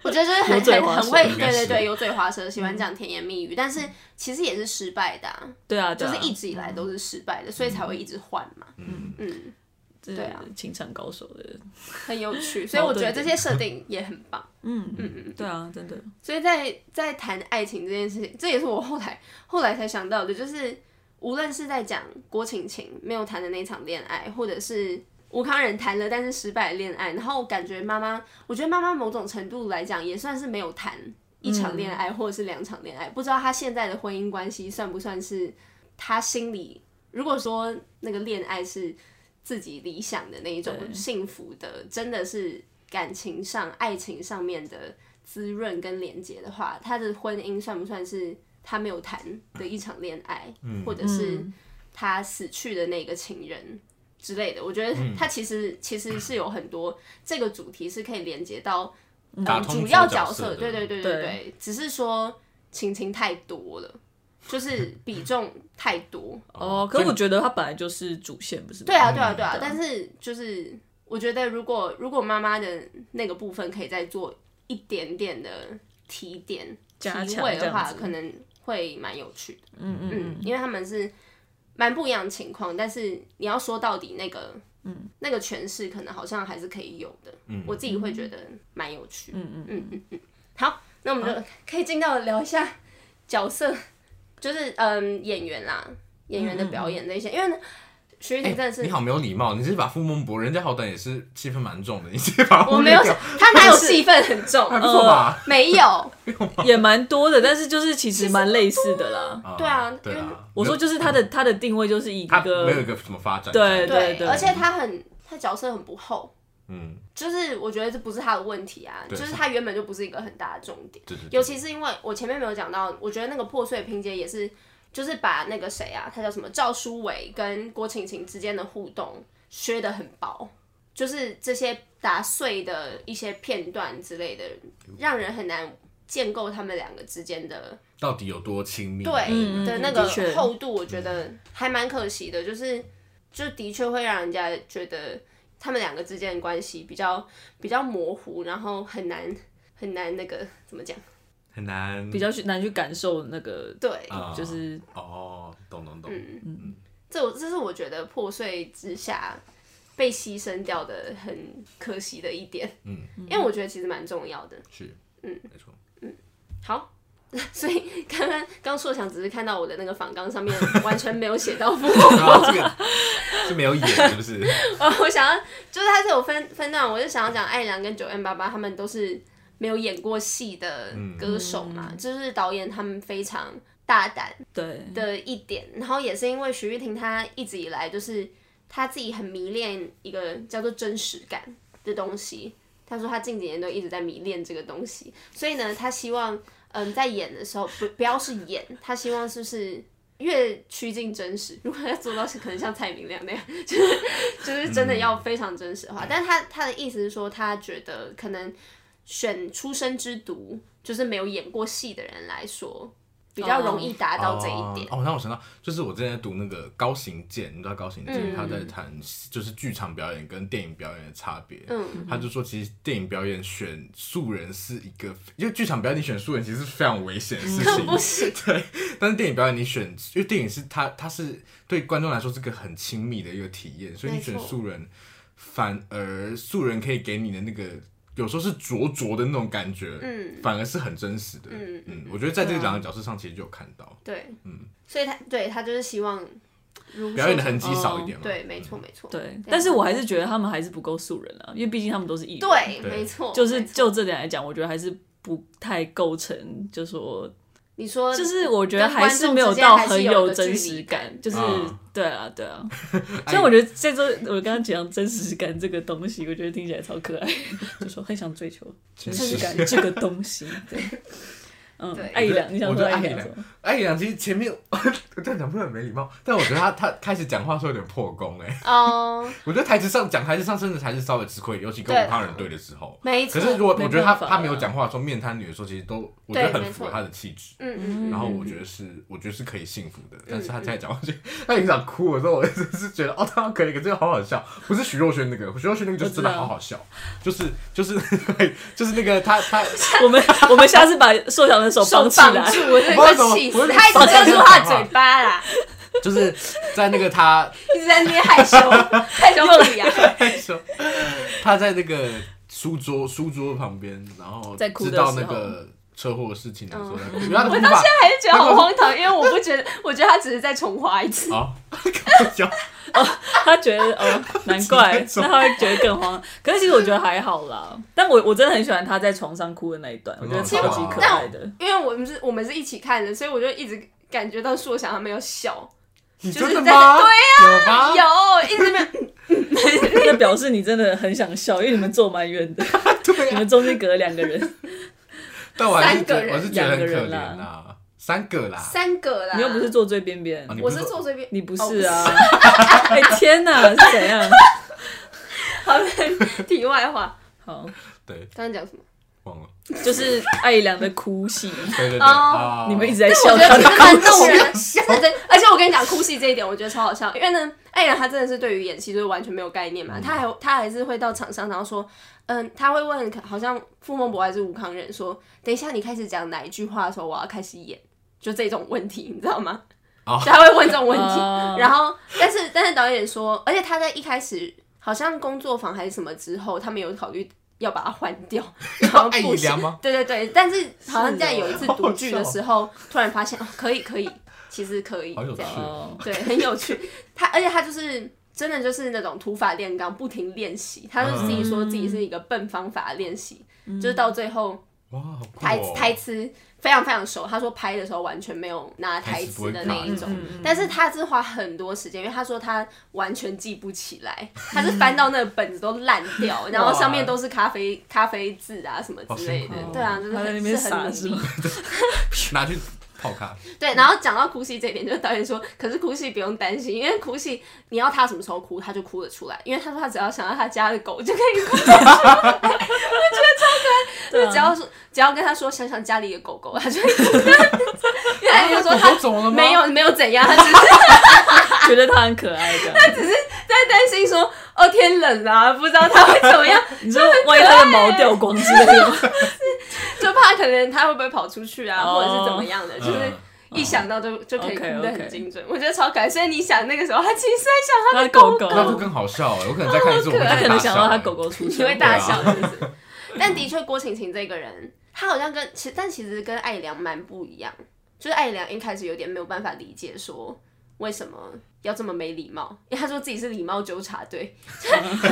我觉得就是很油嘴很滑舌很会，应该对是对对，油嘴滑舌，喜欢讲甜言蜜语，但是其实也是失败的、啊，对啊，就嗯对啊嗯是一直以来都是失败的，所以才会一直换嘛，这对啊情场高手的，很有 趣。所以我觉得这些设定也很棒。嗯对啊，真的，所以在在谈爱情这件事情，这也是我后来后来才想到的，就是无论是在讲郭晴晴没有谈的那场恋爱，或者是吴康仁谈了但是失败的恋爱，然后感觉妈妈，我觉得妈妈某种程度来讲也算是没有谈一场恋爱或者是两场恋爱，不知道她现在的婚姻关系算不算是她心里，如果说那个恋爱是自己理想的那一种对幸福的，真的是感情上、爱情上面的滋润跟连接的话，她的婚姻算不算是她没有谈的一场恋爱，或者是她死去的那个情人之类的？我觉嗯得她其实、其实是有很多这个主题是可以连接到、呃打通主要角角色的对对对对对对，只是说情情太多了。就是比重太多，哦，可我觉得他本来就是主线，不是吗？对啊，对啊，对啊。但是就是我觉得，如果如果妈妈的那个部分可以再做一点点的提点、加提强位这的样话，子可能会蛮有趣的。嗯嗯嗯，因为他们是蛮不一样的情况，但是你要说到底那个。嗯，那个诠释可能好像还是可以有的，嗯，我自己会觉得蛮有趣，嗯嗯嗯嗯嗯。好，那我们就可以进到聊一下角色，就是嗯演员啦，演员的表演这些，因为徐玉婷真哎的是、哎你好没有礼貌，你是把傅孟博，人家好歹也是气氛蛮重的， 你直接把我没有忽略想掉，他哪有戏份很重？哦还不错吧？没 有，也蛮多的，但是就是其实蛮类似的啦。啊对啊对因为啊，我说就是他的他的定位就是以一他没有一个个什么发展，对对，对而且他很，他角色很不厚，嗯，就是我觉得这不是他的问题啊，就对是他原本就不是一个很大的重点，对对对，尤其是因为我前面没有讲到，我觉得那个破碎拼接也是，就是把那个谁啊，他叫什么赵书伟跟郭晴晴之间的互动削得很薄，就是这些打碎的一些片段之类的，让人很难建构他们两个之间的到底有多亲密？对嗯的嗯那的确嗯个厚度，我觉得还蛮可惜的，就是就的确会让人家觉得他们两个之间的关系比较比较模糊，然后很难很难那个怎么讲？很难比较去难去感受那个，对，啊就是哦，懂懂懂，嗯这我这是我觉得破碎之下被牺牲掉的很可惜的一点，嗯，因为我觉得其实蛮重要的。是，嗯，没错，好。 所以刚刚刚硕想只是看到我的那个访纲上面完全没有写到复 然后啊这个是没有演是不是？呃， 我想要就是它是有分分段，我就想要讲艾良跟九 M 八八他们都是没有演过戏的歌手嘛，就是导演他们非常大胆对的一点，然后也是因为徐玉婷她一直以来就是她自己很迷恋一个叫做真实感的东西，她说她近几年都一直在迷恋这个东西，所以呢，她希望嗯在演的时候不不要是演，她希望是不是。越趋近真实，如果要做到是可能像蔡明亮那样，就是就是真的要非常真实化。但她她的意思是说，她觉得可能选出生之毒，就是没有演过戏的人来说，比较容易达到这一点。哦，哦让我想到，就是我之前在读那个高行健，你知道高行健、嗯他在谈就是剧场表演跟电影表演的差别。嗯，他就说，其实电影表演选素人是一个，因为剧场表演你选素人其实是非常危险的事可 情。不行。但是电影表演你选，因为电影是它它是对观众来说是个很亲密的一个体验，所以你没错选素人，反而素人可以给你的那个有时候是灼灼的那种感觉，嗯，反而是很真实的。嗯我觉得在这对啊两个角色上其实就有看到，对，所以他对他就是希望如嗯表演说的哦痕迹少一点嘛。对，啊没错没错，对，但是我还是觉得他们还是不够素人啊，因为毕竟他们都是艺人，对，对没错，就是没错就这点来讲，我觉得还是不太构成，就说你说就是我觉得还是没有到很有真实感，就是嗯对啊对啊，所以我觉得这周我刚刚讲真实感这个东西，我觉得听起来超可爱，就说很想追求真实实感这个东西，对。嗯对，艾怡良，你想我觉说得艾怡艾怡良良什么？哎，杨其实前面 我这样讲会很没礼貌，但我觉得他他开始讲话的时候有点破功哎、哦，我觉得台词上讲台词上真的还是稍微吃亏，尤其跟对武康人对的时候。没可错，是如果我觉得他没办法啊他没有讲话的时候，面瘫女的时候，其实都我觉得对很符合没错他的气质。嗯嗯，然后我觉得是，我觉得是可以幸福的，但是他现在讲话就，他有点哭的时候，我真是觉得哦，他可以，可这个好好笑，不是徐若瑄那个，徐若瑄那个就是真的我知道好 好笑，就是就是 就是那个他他，我们我们下次把瘦小的手手绑绑起来。住，我真的我不快知道气怎么死，他一直我也遮不知住道他的嘴巴啦，就是在那个他一直在那边害羞，害羞个屁啊！说 他在那个书桌书桌旁边，然后在哭知的道那时候个车祸事情的时候嗯在哭，因 为他的哭我到法现在还是觉得好荒唐，因为我不觉得，我觉得他只是在重滑一次。 好，笑他觉得哦，难怪，直接走那他会觉得更慌。可是其实我觉得还好啦，但我我真的很喜欢他在床上哭的那一段，我觉得超级可爱的。因为我们是我们是一起看的，所以我就一直感觉到硕翔他们有笑，你就是真的在吗？哦有吗？有一直没有， 那表示你真的很想笑，因为你们坐蛮远的，对你啊，们中间隔了两个人，但我还是觉三个得人我是觉得很可两个人怜啦啦，三个啦，三个啦，你又不是坐最边边啊，你我不是坐这边，你不哦是啊？ 哎、天哪，是怎样？好，题外话，好，对，刚刚讲什么？忘了。就是艾良的哭戏，对对对，哦啊你们一直在但笑我觉他得其的实蛮哭动戏。人，真的。而且我跟你讲，哭戏这一点，我觉得超好笑，因为呢，艾然她真的是对于演戏就是完全没有概念嗯嘛，她还她还是会到场上，然后说，嗯，她会问，好像傅孟博还是吴康仁说，等一下你开始讲哪一句话的时候，我要开始演，就这种问题，你知道吗？哦就他会问这种问题，哦然后但是但是导演说，而且他在一开始好像工作坊还是什么之后，他们有考虑要把它换 掉，然后爱不姨行良，哎吗？对对对，但是好像在是哦有一次独剧的时候，突然发现哦，可以可以，其实可以好有这样趣，哦，对，很有趣。 他而且他就是真的就是那种土法炼钢，不停练习。他就自己说自己是一个笨方法练习，就是到最后哇，好酷台哦！台词非常非常熟。他说拍的时候完全没有拿台台词不词会的那一看种嗯嗯，但是他是花很多时间，因为他说他完全记不起来，他是翻到那个本子都烂掉，然后上面都是咖啡咖啡渍啊什么之类的好辛苦哦。对啊，就是他在那很边是很努傻力是。吗？ 嗯拿去泡咖啡，对，然后讲到哭戏这一点，就是导演说，可是哭戏不用担心，因为哭戏你要他什么时候哭，他就哭得出来，因为他说他只要想到他家的狗就可以哭得出来， 我觉得超可爱，就是只要说只要跟他说想想家里的狗狗，他就会哭，因为他就说狗狗他怎么了吗？没有没有怎样，他只是觉得他很可爱的。在担心说哦天冷啊，不知道他会怎么 样，你说万一他的毛掉光之类的吗，就怕可能他会不会跑出去啊，哦或者是怎么样的，嗯，就是。一想到就就可以哭 OK，OK 得很精准我觉得超可爱。所以你想那个时候，他其实在想他的狗狗，那就更好笑了。我可能再看一次，我哦好可会爱他可大能想到笑他欸狗狗出你会现。大笑，是不是？啊 但的确，郭晴晴这个人，她好像跟其但其实跟艾良蛮不一样，就是艾良一开始有点没有办法理解说。为什么要这么没礼貌？因为他说自己是礼貌纠察队， 就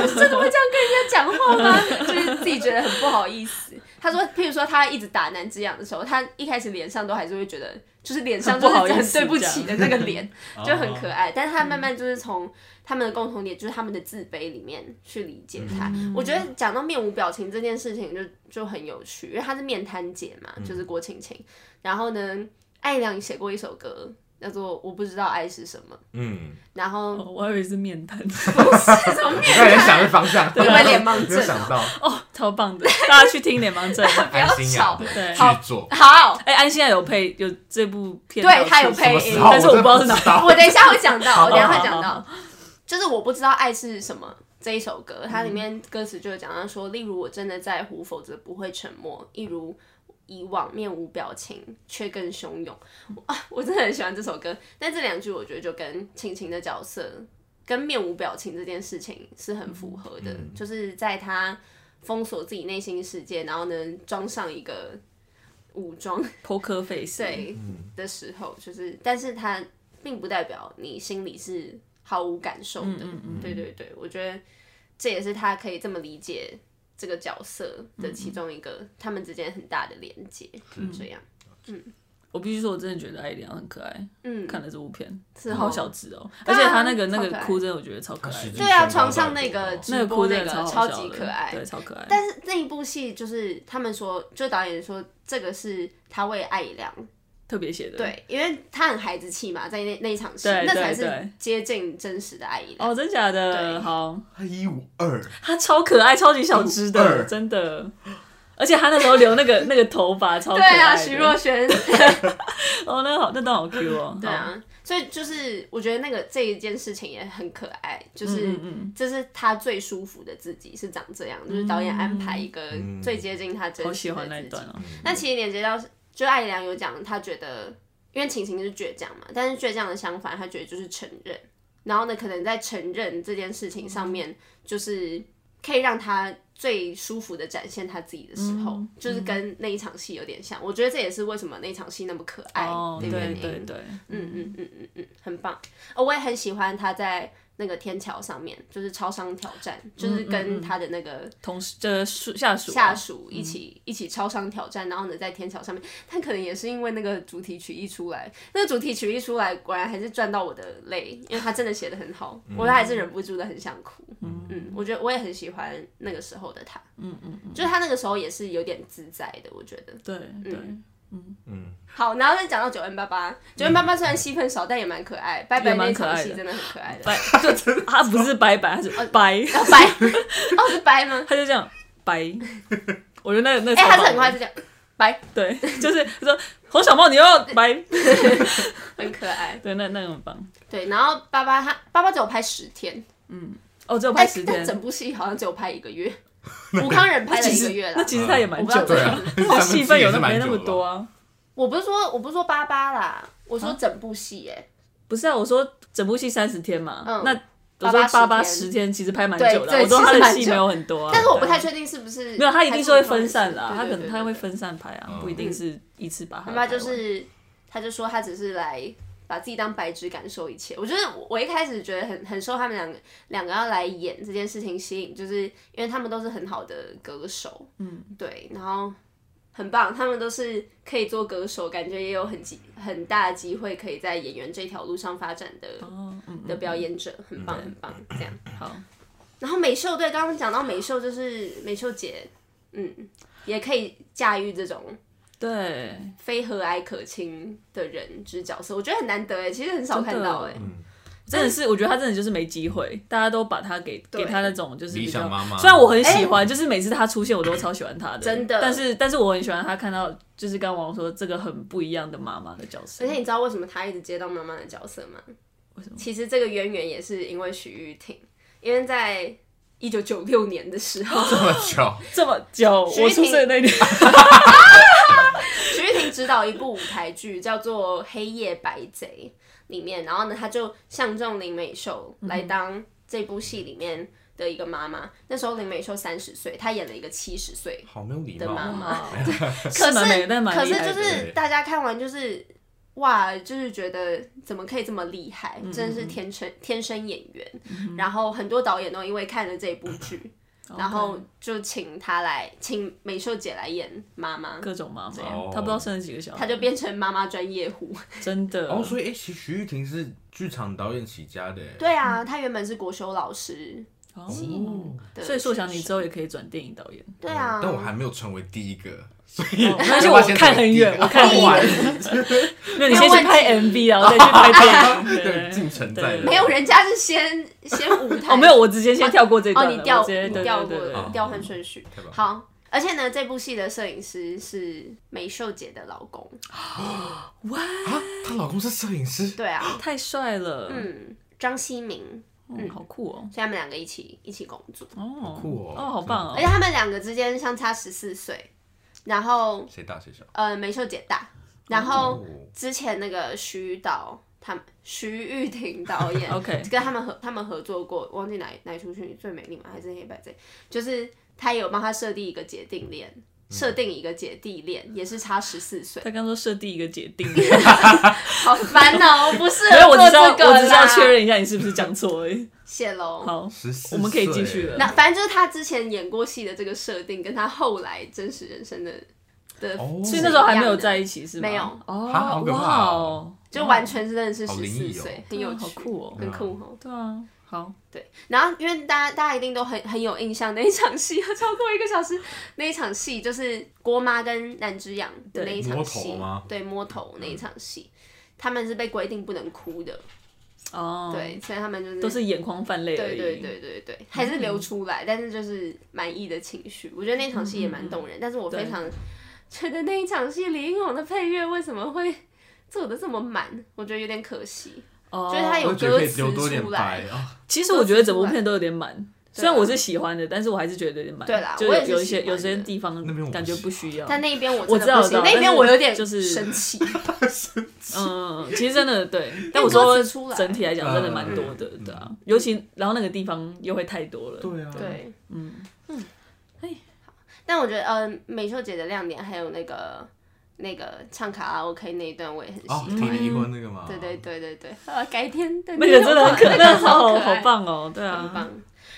是真的会这样跟人家讲话吗？就是自己觉得很不好意思。他说，譬如说他一直打男之养的时候，他一开始脸上都还是会觉得，就是脸上就是很不好意很思对不这样起的那个脸，哦就很可爱。但是他慢慢就是从他们的共同点，就是他们的自卑里面去理解他。我觉得讲到面无表情这件事情就就很有趣，因为她是面瘫姐嘛，就是郭晴晴。然后呢，艾良写过一首歌叫做《我不知道爱是什么》，嗯，然后哦 我还以为是面瘫。 是什么面有点想瘫？的方向，会不会脸盲症啊没有想到，哦，超棒的，大家去听脸盲症。不要安心呀吵，对去做。 好，哎、安心亚有配有这部片，对他有出配什么音时候？但是我我不知道是哪哪哎我等一下会讲到，我等一下会讲 好好到， 就是我不知道爱是什么这一首歌，嗯它里面歌词就有讲到说，例如我真的在乎，否则不会沉默，一如。以往面无表情，却更汹涌啊！我真的很喜欢这首歌，但这两句我觉得就跟晴晴的角色跟面无表情这件事情是很符合的，嗯嗯就是在她封锁自己内心世界，然后呢装上一个武装， Poker Face，对的时候，就是，但是它并不代表你心里是毫无感受嗯的。对对对，我觉得这也是他可以这么理解这个角色的其中一个，他们之间很大的连接，嗯是这样。我必须说，我真的觉得艾良很可爱。嗯，看了这部片，是哦好小只哦，而当然且他那个那超可个爱哭真的，我觉得超可他爱实的际对啊，身高床到上那底多个高直那个播哭那真个的超超好笑级的可爱，对，超可爱。但是那一部戏就是他们说，就导演说这个是他为艾良特别写的。，对，因为他很孩子气嘛，在那那一场戏，嗯对那才对是对接近真实的爱依兰。哦，真假的，对好，他一五二，他超可爱，超级小只的，二真的。而且他那时候留 那个那个头发超可对爱的啊，徐若瑄，哦，那个好，那段好 Q 哦。对啊，所以就是我觉得那个这一件事情也很可爱，就好，是、嗯嗯嗯，这是他最舒服的自己，是长这样，就是导演安排一个嗯最接近他真好实喜的欢那一自己段。哦。那其实连接到，就艾怡良有讲，他觉得因为晴晴是倔强嘛，但是倔强的相反，他觉得就是承认。然后呢，可能在承认这件事情上嗯面，就是可以让他最舒服的展现他自己的时候，嗯就是跟那一场戏有点像。我觉得这也是为什么那一场戏那么可爱哦，的对原因。对对，嗯嗯嗯嗯嗯，很棒。哦，我也很喜欢他在那个天桥上面，就是超商挑战，嗯就是跟他的那个同事这属下属啊下属一起、一起超商挑战，然后呢在天桥上面，但可能也是因为那个主题曲一出来，那个主题曲一出来，果然还是赚到我的泪，因为他真的写的很好，嗯我还是忍不住的很想哭。嗯我觉得我也很喜欢那个时候的他，嗯嗯嗯，就是他那个时候也是有点自在的，我觉得。对对，嗯好，然后再讲到九 N 八八，九 N 八八虽然戏份少，但也蛮可爱，拜拜也蛮那可场爱戏的真的很可爱的。拜，就他不是拜拜，他是拜，然 后掰，哦是掰 吗？他就这样拜。我觉得那那哎、超他是好很的快就这样掰，对， 就是他说黄小茂你要拜，很可爱。对，那那个很棒。对，然后爸爸他爸爸只有拍十天，哦，只有拍但十但天，整部戏好像只有拍一个 月，武康人拍了其一个实月那了。其实他也蛮我不知久道对的，啊，哇，戏份 有那没那么多多啊？我不是说我不是说爸爸啦，我说整部戏哎、不是啊，我说整部戏三十天嘛，嗯那我说八八八八十十天其实拍蛮对久的啊，对我说其他实的蛮戏久没有很多啊，但是我不太对确定是不是没有，他一定是会分散的啦，，他可能他会对。对对分散拍啊，嗯不一定是一次把妈它拍妈完。就是，他就说他只是来把自己当白纸感受一切。我觉得我我一开始觉得很很受他们两个两个要来演这件事情吸引，就是因为他们都是很好的歌手，嗯，对，然后很棒，他们都是可以做歌手，感觉也有很机很大的机会可以在演员这条路上发展的、哦，嗯的表演者，很棒很棒，这样。好，然后美秀对，刚刚讲到美秀就是美秀姐，嗯，也可以驾驭这种。对，非和蔼可亲的人之角色，我觉得很难得哎，其实很少看到哎。嗯真的是，我觉得他真的就是没 机会，大家都把他给对给他那种就是比理想较妈妈虽然我很喜欢，就是每次他出现，我都超喜欢他的，真的但是，但是我很喜欢他看到，就是刚刚王说这个很不一样的妈妈的角色而且。你知道为什么他一直接到妈妈的角色吗？为什么其实这个渊源也是因为许玉婷，因为在一九九六年的时候， 这么久，这么久，徐我出婷生的那年，许玉婷执导一部舞台剧叫做《黑夜白贼》里面，然后呢，他就相中林美秀嗯来当这部戏里面的一个妈妈。那时候林美秀三十岁，她演了一个七十岁好没有礼的妈貌。啊妈。是蛮美，但可蛮是厉害就的。是大家看完就是哇，就是觉得怎么可以这么厉害，嗯真的是天生天生演员。然后很多导演都因为看了这部剧，然后就请他来，请美秀姐来演妈妈，各种妈妈样，他不知道生了几个小她孩，就变成妈妈专业户。 真的。哦，所以哎，其实徐玉婷是剧场导演起家的耶，对啊，她原本是国修老师哦的，所以硕翔，你之后也可以转电影导演。对啊，嗯但我还没有成为第一个，所以 哦而且我看很远，我看很 完，远。那你先去拍没有问 MV 啊，然后再去拍电影。 对，进程在对没有，人家是先先舞台， 哦，没有，我直接先跳过这段哦，了。你调我直接你调过对对对对了，调换顺序哦嗯太棒。了好，而且呢，这部戏的摄影师是美秀姐的老公。啊， 她老公是摄影师，对啊，太帅了，嗯，张希明，嗯，好酷哦，所以他们两个一起一起工作，哦，酷哦哦，好棒而哦且，他们两个之间相差十四岁，然后谁大谁小？呃，美秀姐大，然后哦之前那个徐导。他们徐玉婷导 演 OK 跟他们合他们合作过，忘记哪哪一出剧最美丽吗？还是黑白这？就是他有帮他设定一个姐弟恋，设定一个姐弟恋，也是差十四岁他，刚说设定一个姐 定，好烦哦恼，我不适没有，合我做只知道，这个我只是要啦确认一下你是不是讲错而已。谢喽。好， 14我们可以继续了那反正就是他之前演过戏的这个设定，跟他后来真实人生的的，哦是所以一那时候还样没有的在一起是吗？没有哦，哈好可怕哇哦，就完全真的是好十灵四异哦岁，很对啊有趣，好酷哦，很酷哦。对啊，好，对，然后因为大家大家一定都很很有印象那一场戏，超过一个小时那一场戏，就是郭妈跟南之阳的那一场戏，摸头吗对摸头那一场戏，他们是被规定不能哭的，哦，，对，所以他们就是都是眼眶泛泪而对已。对对对对，还是流出来，但是就是满意的情绪。我觉得那场戏也蛮动嗯人，但是我非常觉得那一场戏李英宏的配乐为什么会做的这么满，我觉得有点可惜。哦，就是他有我觉得可歌以词留多一点出来白啊，其实我觉得整部片都有点满，虽然我是喜欢的，但是我还是觉得有点满。啊对啦就我也是有一喜些欢的有些地方那边我不感觉喜欢不需要。但那一边我真我知的道不行，我知道那一边我有点但是就是生气。嗯，其实真的对，但我歌说词出来整体来讲真的蛮多的，对啊，尤其然后那个地方又会太多了，对啊，，对，嗯哎嗯，但我觉得，呃，美秀姐的亮点还有那个那个唱卡拉 OK 那一段，我也很喜哦，嗯欢。提离婚那个哦嘛，对对对对对，啊，改天的那个真的很可，那那个个超好可好爱，棒哦，对很啊，棒。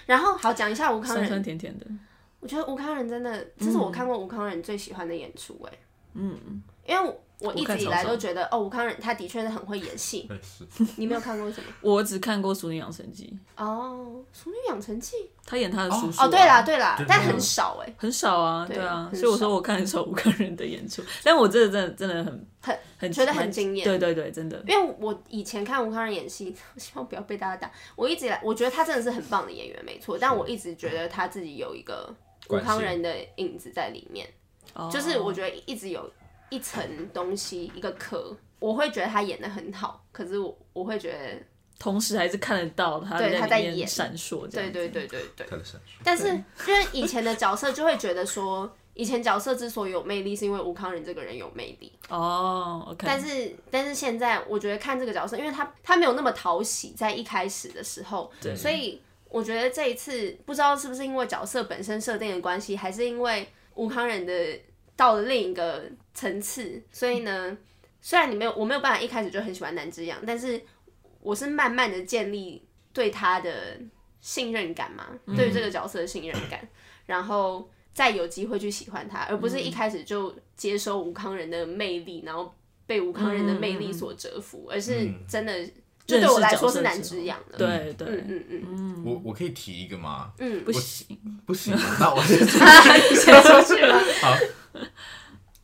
然后好讲一下吴康酸酸仁，甜甜的，我觉得吴康仁真的，这是我看过吴康仁最喜欢的演出哎、嗯嗯，因为我我一我直看以超来少都觉得哦，吴康仁他的确是很会演 戏。对是，你没有看过什么？我只看过《熟女养成记哦，《熟女养成记》他演他的叔叔、啊哦，对啦，对啦对，但对很少哎、很少啊，对对啊，很所以我少说我看很少五个人的演出，但我真的真的真的很很很觉得很蛮惊艳对对对，真的，因为我以前看吴康仁演戏， 希望不要被大家打。我一直以来，我觉得他真的是很棒的演员，没错。但我一直觉得他自己有一个吴惯性康仁的影子在里面，哦就是我觉得一直有一层东西，一个壳。我会觉得他演的很好，可是我我会觉得，同时还是看得到他对在他在里面演闪烁这对样，对对对对。看得上去，但是因为以前的角色就会觉得说，以前角色之所以有魅力，是因为吴康仁这个人有魅力。哦，OK，但是但是现在我觉得看这个角色，因为他他没有那么讨喜，在一开始的时候，所以我觉得这一次不知道是不是因为角色本身设定的关系，还是因为吴康仁的到了另一个层次，所以呢，虽然你没有我没有办法一开始就很喜欢南之阳，但是我是慢慢的建立对他的信任感嘛，嗯对于这个角色的信任感，然后。再有机会去喜欢他，而不是一开始就接收吴康仁的魅力，然后被吴康仁的魅力所折服，而是真的，就嗯认识对我来说角色是南之之后阳了。对对，嗯嗯嗯。我我可以提一个吗？不行，不行，啊那 我是先出去了。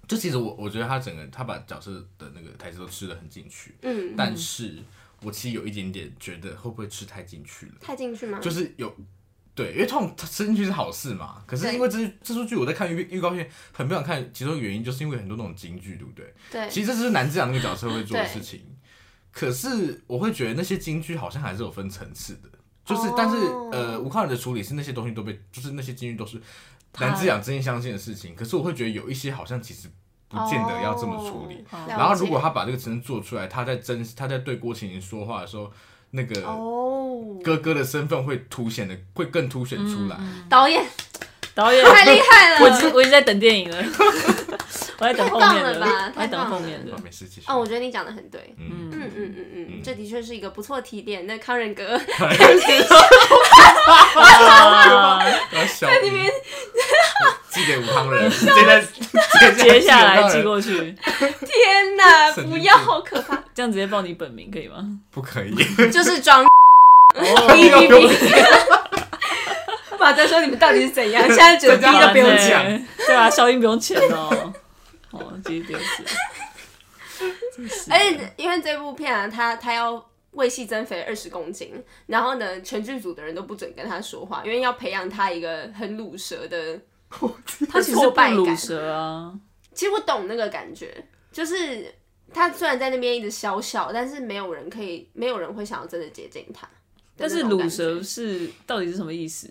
就其实我我觉得他整个他把角色的那个台词都吃的很进去，嗯，但是我其实有一点点觉得会不会吃太进去了，太进去吗？就是有。对，因为通常吃进去是好事嘛。可是因为这这出剧，我在看预预告片，很不想看。其中一个原因就是因为很多那种京剧，对不对？对，其实这就是男之长那个角色会做的事情。可是我会觉得那些京剧好像还是有分层次的，就是、哦但是呃，吴康仁的处理是那些东西都被，就是那些京剧都是男之养真心相信的事情。可是我会觉得有一些好像其实不见得要这么处理。哦然后如果了他把这个真做出来，他在真他在对郭麒麟说话的时候，那解个哦，哥哥的身份会凸显的会更凸显出来。嗯导 演 导演太厉害我已经了。我已经在等电影了，我在等后面太的棒了吧，我在等后 面好的，没事，继续。哦，我觉得你讲的很对。嗯，嗯嗯嗯嗯，这的确是一个不错的提点。那康仁哥啊 然后小那边寄给吴康 仁，直接在直接接下来寄寄给吴康过仁去，天哪， 神经不病要，好可怕！这样直接报你本名可以吗？不可以。就是装哔哔哔。马在说你们到底是怎 样？现在觉得第一这都不用完了讲。讲，对啊，消音不用钱哦，哦，直接丢弃。而且因为这部片啊，他他要为戏增肥二十公斤，然后呢，全剧组的人都不准跟他说话，因为要培养他一个很卤舌的他其实挫不败感卤。蛇啊，其实我懂那个感觉，就是他虽然在那边一直笑笑，但是没有人可以，没有人会想要真的接近他。但是卤蛇是到底是什么意思？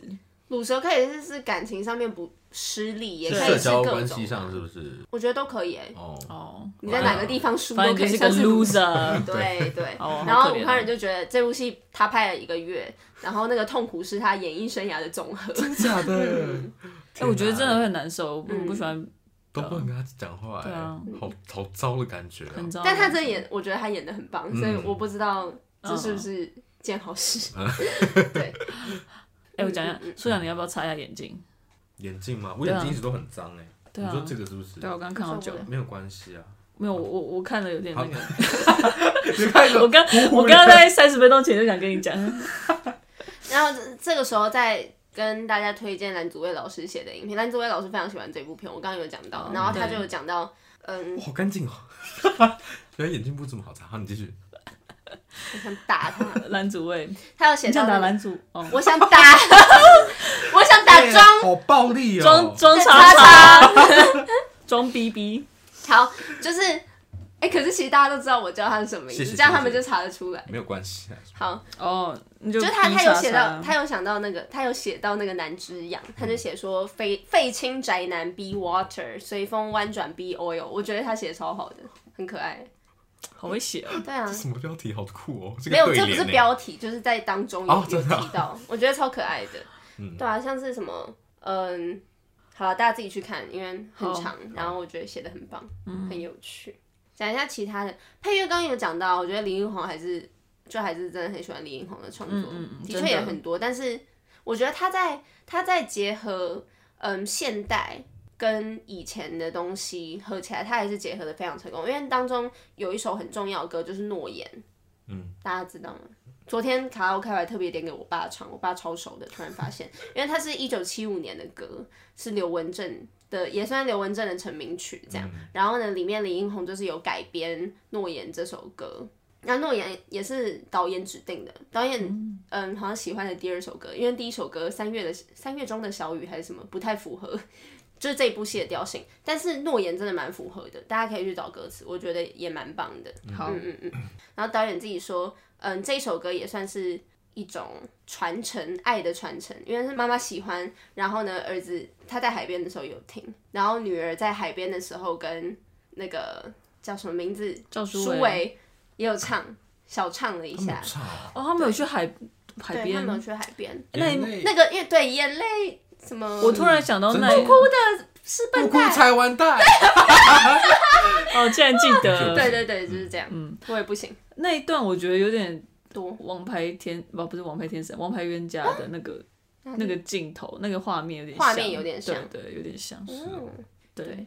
卤舌可以是是感情上面不失利，也是可以社是各种，上是不是？我觉得都可以、欸。哦，哦，你在哪个地方输反都正可就以是个算是卤蛇 loser。对对，哦然好后可怜武哦汉人就觉得这部戏他拍了一个月，然后那个痛苦是他演艺生涯的总 和。真假的？哎，我觉得真的会很难受，我嗯不喜欢，都不能跟他讲话，哎对啊，好好糟的感觉啊。很糟。但他真的演，我觉得他演的很棒，所以我不知道这是不是件好事。对，哎，我讲一嗯下，苏阳，你要不要擦一下眼镜？眼镜吗？我对啊眼睛一直都很脏哎、对啊你说这个是不是对？啊，我刚刚看好久受不了，没有关系啊。没有，我我我看了有点那个。你看 我刚我刚刚在三十分钟前就想跟你讲，然后这这个时候再跟大家推荐蓝祖蔚老师写的影片，蓝祖蔚老师非常喜欢这部片，我刚刚有讲到，然后他就有讲到，嗯，哇好 干净哦！原来眼镜布这么好擦。好，你继续。我想打他，男主 位，他有写你到想打那个男主哦，我想打， 我想打哎装啊好暴力哦！装装叉叉叉，叉。装逼逼，好，就是，哎、可是其实大家都知道我叫他是什么名谢字，谢这样谢谢他们就查得出来。没有关系啊，好，哦，你就就是他逼他有叉写叉到，他有想到那个，他有写到那个南之阳，他嗯就写说废废青宅男 be water，随风弯转 be oil，我觉得他写的超好的，很可爱。好会写哦，对啊这，什么标题好酷哦！没有，个对这不联是欸标题，就是在当中有、哦嗯有真提的啊到，我觉得超可 爱的。对啊，像是什么，嗯，好了，大家自己去看，因为很长，然后我觉得写的很棒，很有趣。讲一下其他的配乐，刚刚有讲到，我觉得林英红还是就还是真的很喜欢林英红的创作，嗯嗯嗯的真确也的很多，但是我觉得他在他在结合嗯现代跟以前的东西合起来，它还是结合的非常成功。因为当中有一首很重要的歌就是《诺言》，嗯，大家知道吗？昨天卡拉 OK 我还特别点给我爸唱，我爸超熟的，突然发现，因为它是一九七五年的歌，是刘文正的，也算刘文正的成名曲这样。然后呢，里面林英红就是有改编《诺言》这首歌。那《诺言》也是导演指定的，导演嗯好像喜欢的第二首歌，因为第一首歌三月的三月中的小雨还是什么不太符合， 就是这一部戏的调性。但是《诺言》真的蛮符合的，大家可以去找歌词，我觉得也蛮棒的。好，然后导演自己说，嗯，这首歌也算是一种传承，爱的传承，因为是妈妈喜欢，然后呢，儿子他在海边的时候有听，然后女儿在海边的时候跟那个叫什么名字，赵舒书伟伟也有唱，小唱了一他们下有，唱哦哦，他们有去海海对，他边，们有去海边，那眼泪那个因为对眼泪什么，我突然想到那真的是不笨哭蛋。才完蛋。哦，竟然记得对对对，就是这样。我也不行那一段，我觉得有点多。王牌天哦不不是王牌天神，王牌冤家的那个那个镜头，那个画面有点像画面有点像对对，有点像，嗯，对，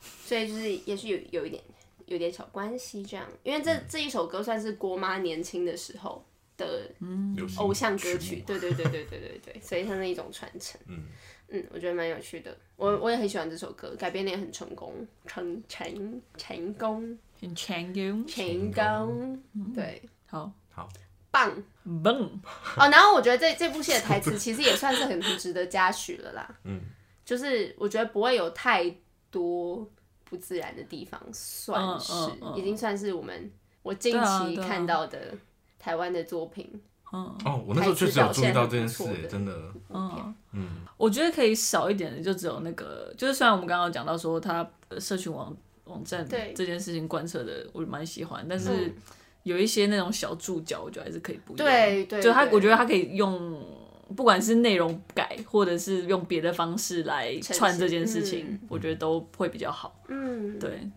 所以就是也是有有一点有点小关系这样，因为这这一首歌算是郭妈年轻的时候的流行偶像歌曲曲目，对对对对对对对，所以它是一种传承。嗯我觉得蛮有趣的，我我也很喜欢这首歌，改编的也很成功，成成成功很强勇，成功，对，好棒蹦，哦。然后我觉得这这部戏的台词其实也算是很很值得嘉许了啦，嗯，就是我觉得不会有太多不自然的地方，算是、嗯嗯嗯已经算是我们我近对啊期对啊看到的台湾的作品，嗯哦，我那时候确实有注意到这件事台词表现很不错，的真的。嗯嗯，我觉得可以少一点的，就只有那个，就是虽然我们刚刚有讲到说他呃社群网网站对这件事情贯彻的，我蛮喜欢，但是嗯有一些那种小注脚，我觉得还是可以不用。对对就他，对我觉得他可以用，不管是内容改，或者是用别的方式来呈串现这件事情，嗯我觉得都会比较好。嗯，对，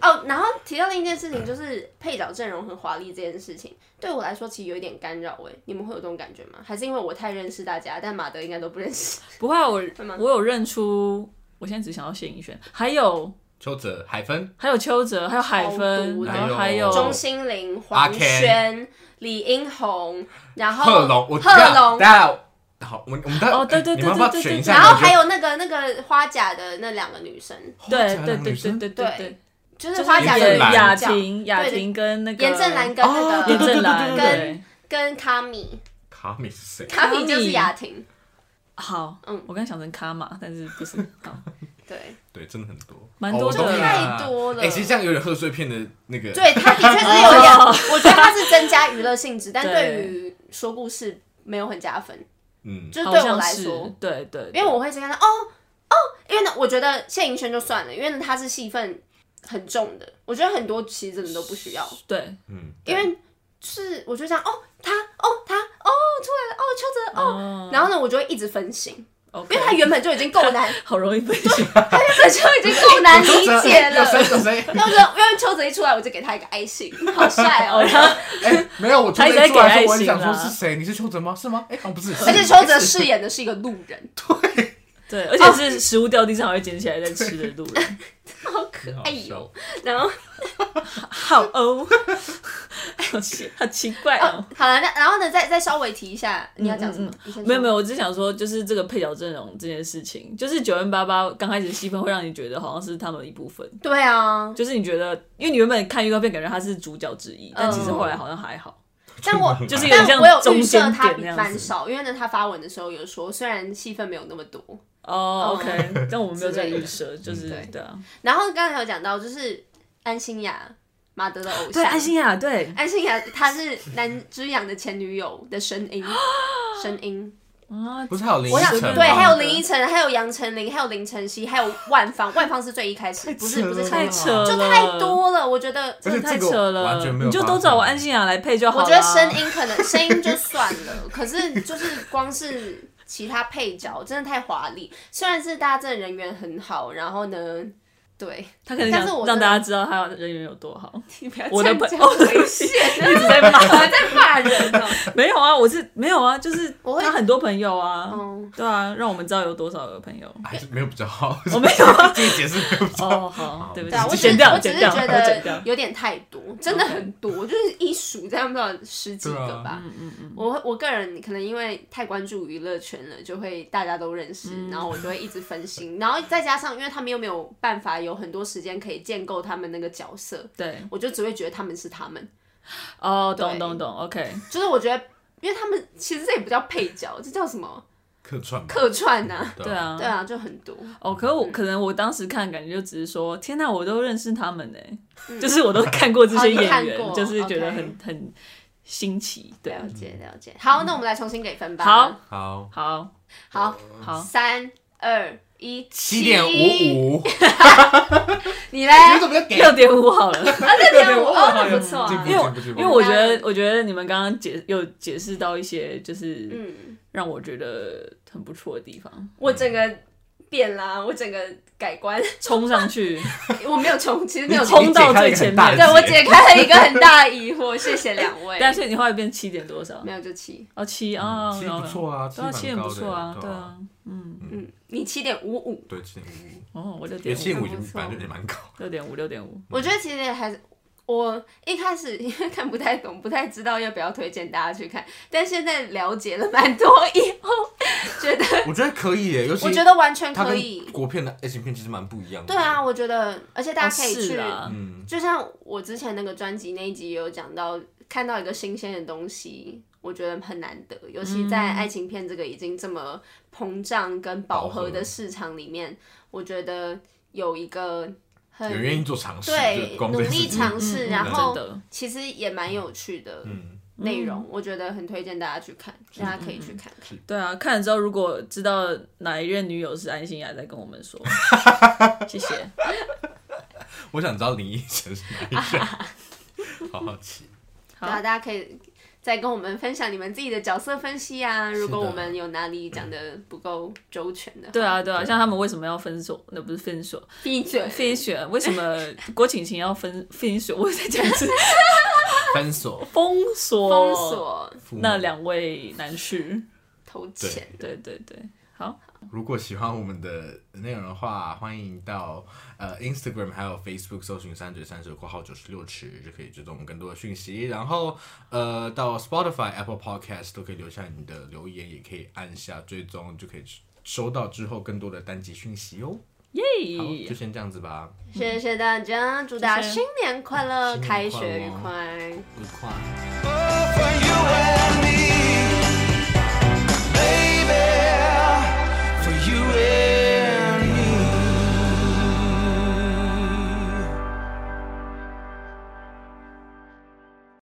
哦，然后提到另一件事情，就是配角阵容很华丽这件事情，对我来说其实有一点干扰哎，你们会有这种感觉吗？还是因为我太认识大家，但马德应该都不认识。不会啊，我吗我有认出，我现在只想到谢颖轩，还有邱泽、海芬，还有邱泽，还有海好芬，毒的然后还有钟欣凌、哦阿黄 Ken 轩、李英红，然后贺龙，我贺龙等一下等一下好，我们我们待哎哦对对你们要不要对对对选一下？然后我觉得还有那个那个花甲的那两个女生，对哦对这对两个对女对对对。就是花甲就是的演女兰雅角婷，雅婷跟那个严正兰跟嗯那哦个严正对兰对对对对跟卡米，卡米是谁？卡卡米米就是雅婷，好，嗯我刚想成卡玛，但是不是好， 对，对，真的很多，蛮哦多的我懂了太多了哎，其实这样有点贺岁片的那个，对，它的确是有点， 我觉得它是增加娱乐性质，但对于说故事没有很加分，嗯，就是好对我像来是说，，对对，因为我会直接看到哦哦，因为呢，我觉得谢盈萱就算了，因为她是戏份很重的，我觉得很多其实真的都不需要，对嗯因为是我就这样哦，她哦她哦出来了哦邱泽哦，哦，然后呢我就会一直分心， OK 因为她原本就已经够 难，好容易被心，原本就已经够难理哎邱泽解有谁了。有谁？然后就因为邱泽一出来，我就给他一个爱心，好帅 哦！然后哎，没 有，我突他然一直在出给来的时候，我爱很心想啦说是谁？你是邱泽吗？是吗？哎，哦，不是，啊而且是邱泽饰演的是一个路人，对，而哦且是食物掉地上还会捡起来再吃的路人，好可好爱笑 哟、然后好哦，好奇好奇怪 哦嗯哦。，好了，那然后呢，再再稍微提一下，你要讲什么？你先说 没有没有，，我只想说，就是这个配角阵容这件事情，就是九 N 八八刚开始戏份会让你觉得好像是他们的一部分，对啊，就是你觉得，因为你原本看预告片感觉他是主角之一，但其实嗯后来好像还好。但我就是有点但像我有中预间设他点那样子蛮少，因为呢，他发文的时候有说，虽然戏份没有那么多，嗯哦、o k 但我们没有之在类的嗯预设，就是对对啊，然后刚才有讲到，就是安心雅，马德的偶像。对，安心雅，对，安心雅，她是南之阳的前女友的声音，声 音。啊，不是还有林我依想晨吗？对，还有林依晨，还有杨丞琳，还有林晨曦，还有万芳。万芳是最一开始，不是不是前太女友，扯了，啊就太，多了。我觉得，而且太这个扯完了全没，有你就发都现找我安心雅啊来配就好我了。觉得声音可能声音就算 了，可是就是光是其他配角真的太华丽。虽然是大家真的人缘很好，然后呢，对，他可能但是我真想的让大家知道他人缘有多 好。 你不要我的这样朋讲哦对危不起险，啊 一直在骂，还在骂人呢。没有啊，我是没有啊，就是我会他很多朋友啊，嗯对啊，让我们知道有多少个朋友。还是没有比较 好。我没有啊， 这个解释没有比较好。哦，好，对不对啊，我只起，剪是掉，我只剪是掉，觉我剪掉得。有点太多，真的很多，就是一数这样不到十几个吧。嗯嗯嗯，我我个人可能因为太关注娱乐圈了，就会大家都认识，嗯然后我就会一直分心，然后再加上因为他们又没有办法有很多时间可以建构他们那个角色，对，我就只会觉得他们是他们，哦，懂对懂懂，OK，就是我觉得。因为他们其实这也不叫配角，这叫什么客串吧，客串呐、对啊对，啊，就很多。哦，可我可能我当时看感觉就只是说，天哪，我都认识他们呢， 就是我都看过这嗯哦些你看演员，过就是觉得 OK 很很新奇，对啊了，解了解。好，那我们来重新给分吧。好，好，好好，好，三二一，七 点五五，你嘞？你怎么要给？六点五好了。六点五哦，那不错进步啊。因为进步进因为步。我觉得，我觉得你们刚刚解有解释到一些，就是嗯，让我觉得很不错的地方，我整个变啦，我整个改观， 冲上去，我没有冲，其实没有冲冲。到最前面对我解开了一个很大的疑惑，谢谢两位。但是你后来变七点多少没？有就七，哦，七啊，其实不错啊，其对啊，七实点蛮高不的错啊，对对，啊，嗯，嗯，你七点五五，对七点五五，哦，我六也点七点五，五已经反正也蛮高。六点五，六点五，我觉得其实还是。我一开始 因为看不太懂，不太知道要不要推荐大家去看，但现在了解了蛮多以后，觉得我觉得可以耶，尤其我觉得完全它可跟以。国片的爱情片其实蛮不一样的。对，啊，我觉得，而且大家可以哦是去啦，嗯，就像我之前那个专辑那一集也有讲到，看到一个新鲜的东西，我觉得很难得，尤其在爱情片这个已经这么膨胀跟饱和的市场里面，我觉得有一个有人很愿意做尝试，对就光努这件事力情尝试，嗯然真后的，其实也蛮有趣的嗯内容，我觉得很推荐大家去看，大家可以去看看。对啊，看了之后如果知道哪一任女友是安心雅，再跟我们 说，谢谢。我想知道林依晨是哪 一个，好好奇。好对啊，大家可以再跟我们分享你们自己的角色分析啊，如果我们有哪里讲的不够周全的话，对啊，对啊，像他们为什么要分手？那不是分手，闭嘴。飞雪为 什么郭晴晴要分分手？我在讲是分手，封锁封锁那两位男士。投钱，对对对，好，如果喜欢我们的内容的话，欢迎到呃 Instagram 还有 Facebook 搜寻三嘴三舌括号九十六尺，就可以追踪我们更多的讯息。然后呃，到 Spotify、Apple Podcast 都可以留下你的留言，也可以按下追踪，就可以收到之后更多的单集讯息哦。耶、好，就先这样子吧，谢谢大家，祝大家谢谢新年快乐，新开年快乐学愉快。愉快。欢迎